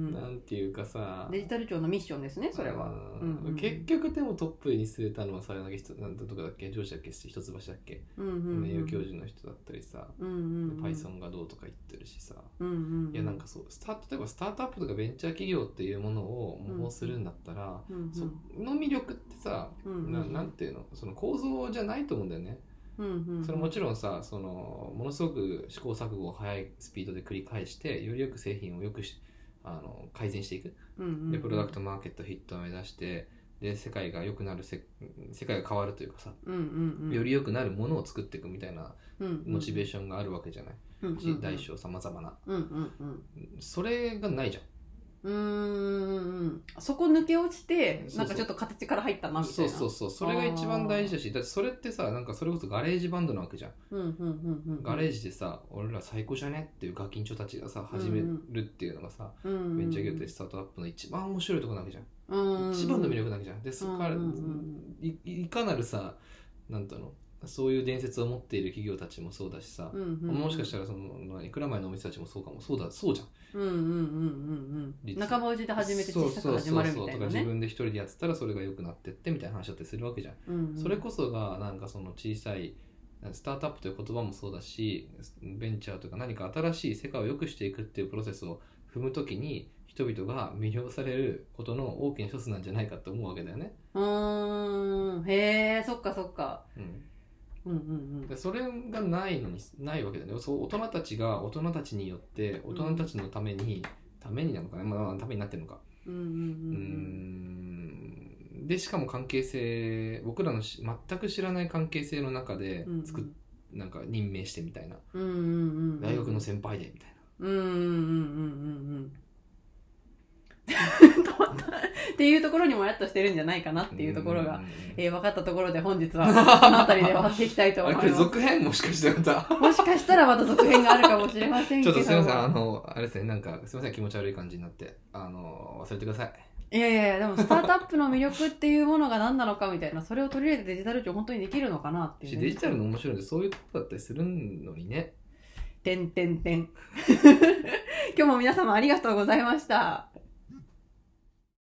A: ん
B: なんていうかさ
A: うんデジタル庁のミッションですねそれは
B: う
A: うんうんん
B: 結局でもトップに据えたのはさなんかひとなんとかだっけ上司だっけ一橋だっけ、
A: うんうん
B: 名誉教授の人だったりさ、
A: うんうんうん
B: Python がどうとか言ってるしさ、
A: うんうんうん
B: いやなんかそうスタート例えばスタートアップとかベンチャー企業っていうものを
A: うん
B: 模倣するんだったら、
A: うんうん
B: その魅力ってさ、
A: うんうん
B: ななんていうのその構造じゃないと思うんだよね、
A: うんうんうん
B: それもちろんさそのものすごく試行錯誤を速いスピードで繰り返してよりよく製品をよくしあの改善していく
A: うんうんうん
B: でプロダクトマーケットヒットを目指してで世界が良くなるせ世界が変わるというかさ
A: うんうんうん
B: より良くなるものを作っていくみたいなモチベー
A: シ
B: ションがあるわけじゃない、
A: ョ
B: し大小さまざまな
A: うんうんうん
B: それがないじゃ
A: うーんそこ抜け落ちて
B: そうそう
A: なんかちょっと形から入ったなんみた
B: そ
A: いうな
B: そうそうそれが一番大事だしだってそれってさなんかそれこそガレージバンドなわけじゃん、
A: うんうんうんうん
B: ガレージでさ俺ら最高じゃねっていうガキンチョたちがさ始めるっていうのがさ、ベンチャー業ってスタートアップの一番面白いところなわけじゃん、
A: うんうん
B: 一番の魅力なわけじゃんでそこから、
A: うんうん
B: いいかなるさなんとのそういう伝説を持っている企業たちもそうだしさ、
A: うんうんうん
B: もしかしたらそのいくら前のお店たちもそうかもそうだそうじゃん
A: うんうんうんうんうん
B: 実
A: 仲間内で初めて小さく始まるみたい
B: と
A: な
B: か自
A: ね
B: 分で一人でやってたらそれが良くなってってみたいな話だったりするわけじゃん、それこそがなんかその小さいスタートアップという言葉もそうだしベンチャーとか何か新しい世界を良くしていくっていうプロセスを踏むときに人々が魅了されることの大きな一つなんじゃないかと思うわけだよね、
A: そうんへえそっかそっか
B: うん、
A: うんうん
B: でそれがないのにないわけだよねそう大人たちが大人たちによって大人たちのために、ためになのかね、まあまあ、ためになってるのか
A: うんうん
B: うーんでしかも関係性僕らのし全く知らない関係性の中で
A: うんうん
B: 作っ、なんか任命してみたいな
A: うんうんうん
B: 大学の先輩でみたいな、
A: うんうんうんうんうんうん。っていうところにもやっとしてるんじゃないかなっていうところが、
B: ん。
A: えー分かったところで本日はこの辺りで終わっていきたいと
B: あ
A: 思い
B: れ、こ
A: ま
B: れ
A: す。
B: 続編もしかしてまた。
A: もしかしたらまた続編があるかもしれません
B: ち
A: け
B: ょっ
A: ど。
B: とすみません、あの、あれですね、なんか、すみません、気持ち悪い感じになって、あの、忘れてください。
A: いやいやいや、でもスタートアップの魅力っていうものが何なのかみたいな、それを取り入れてデジタル庁本当にできるのかなっていう、
B: デジタルの面白いのってそういうとこだったりするのにね。
A: てんてんてん。今日も皆様ありがとうございました。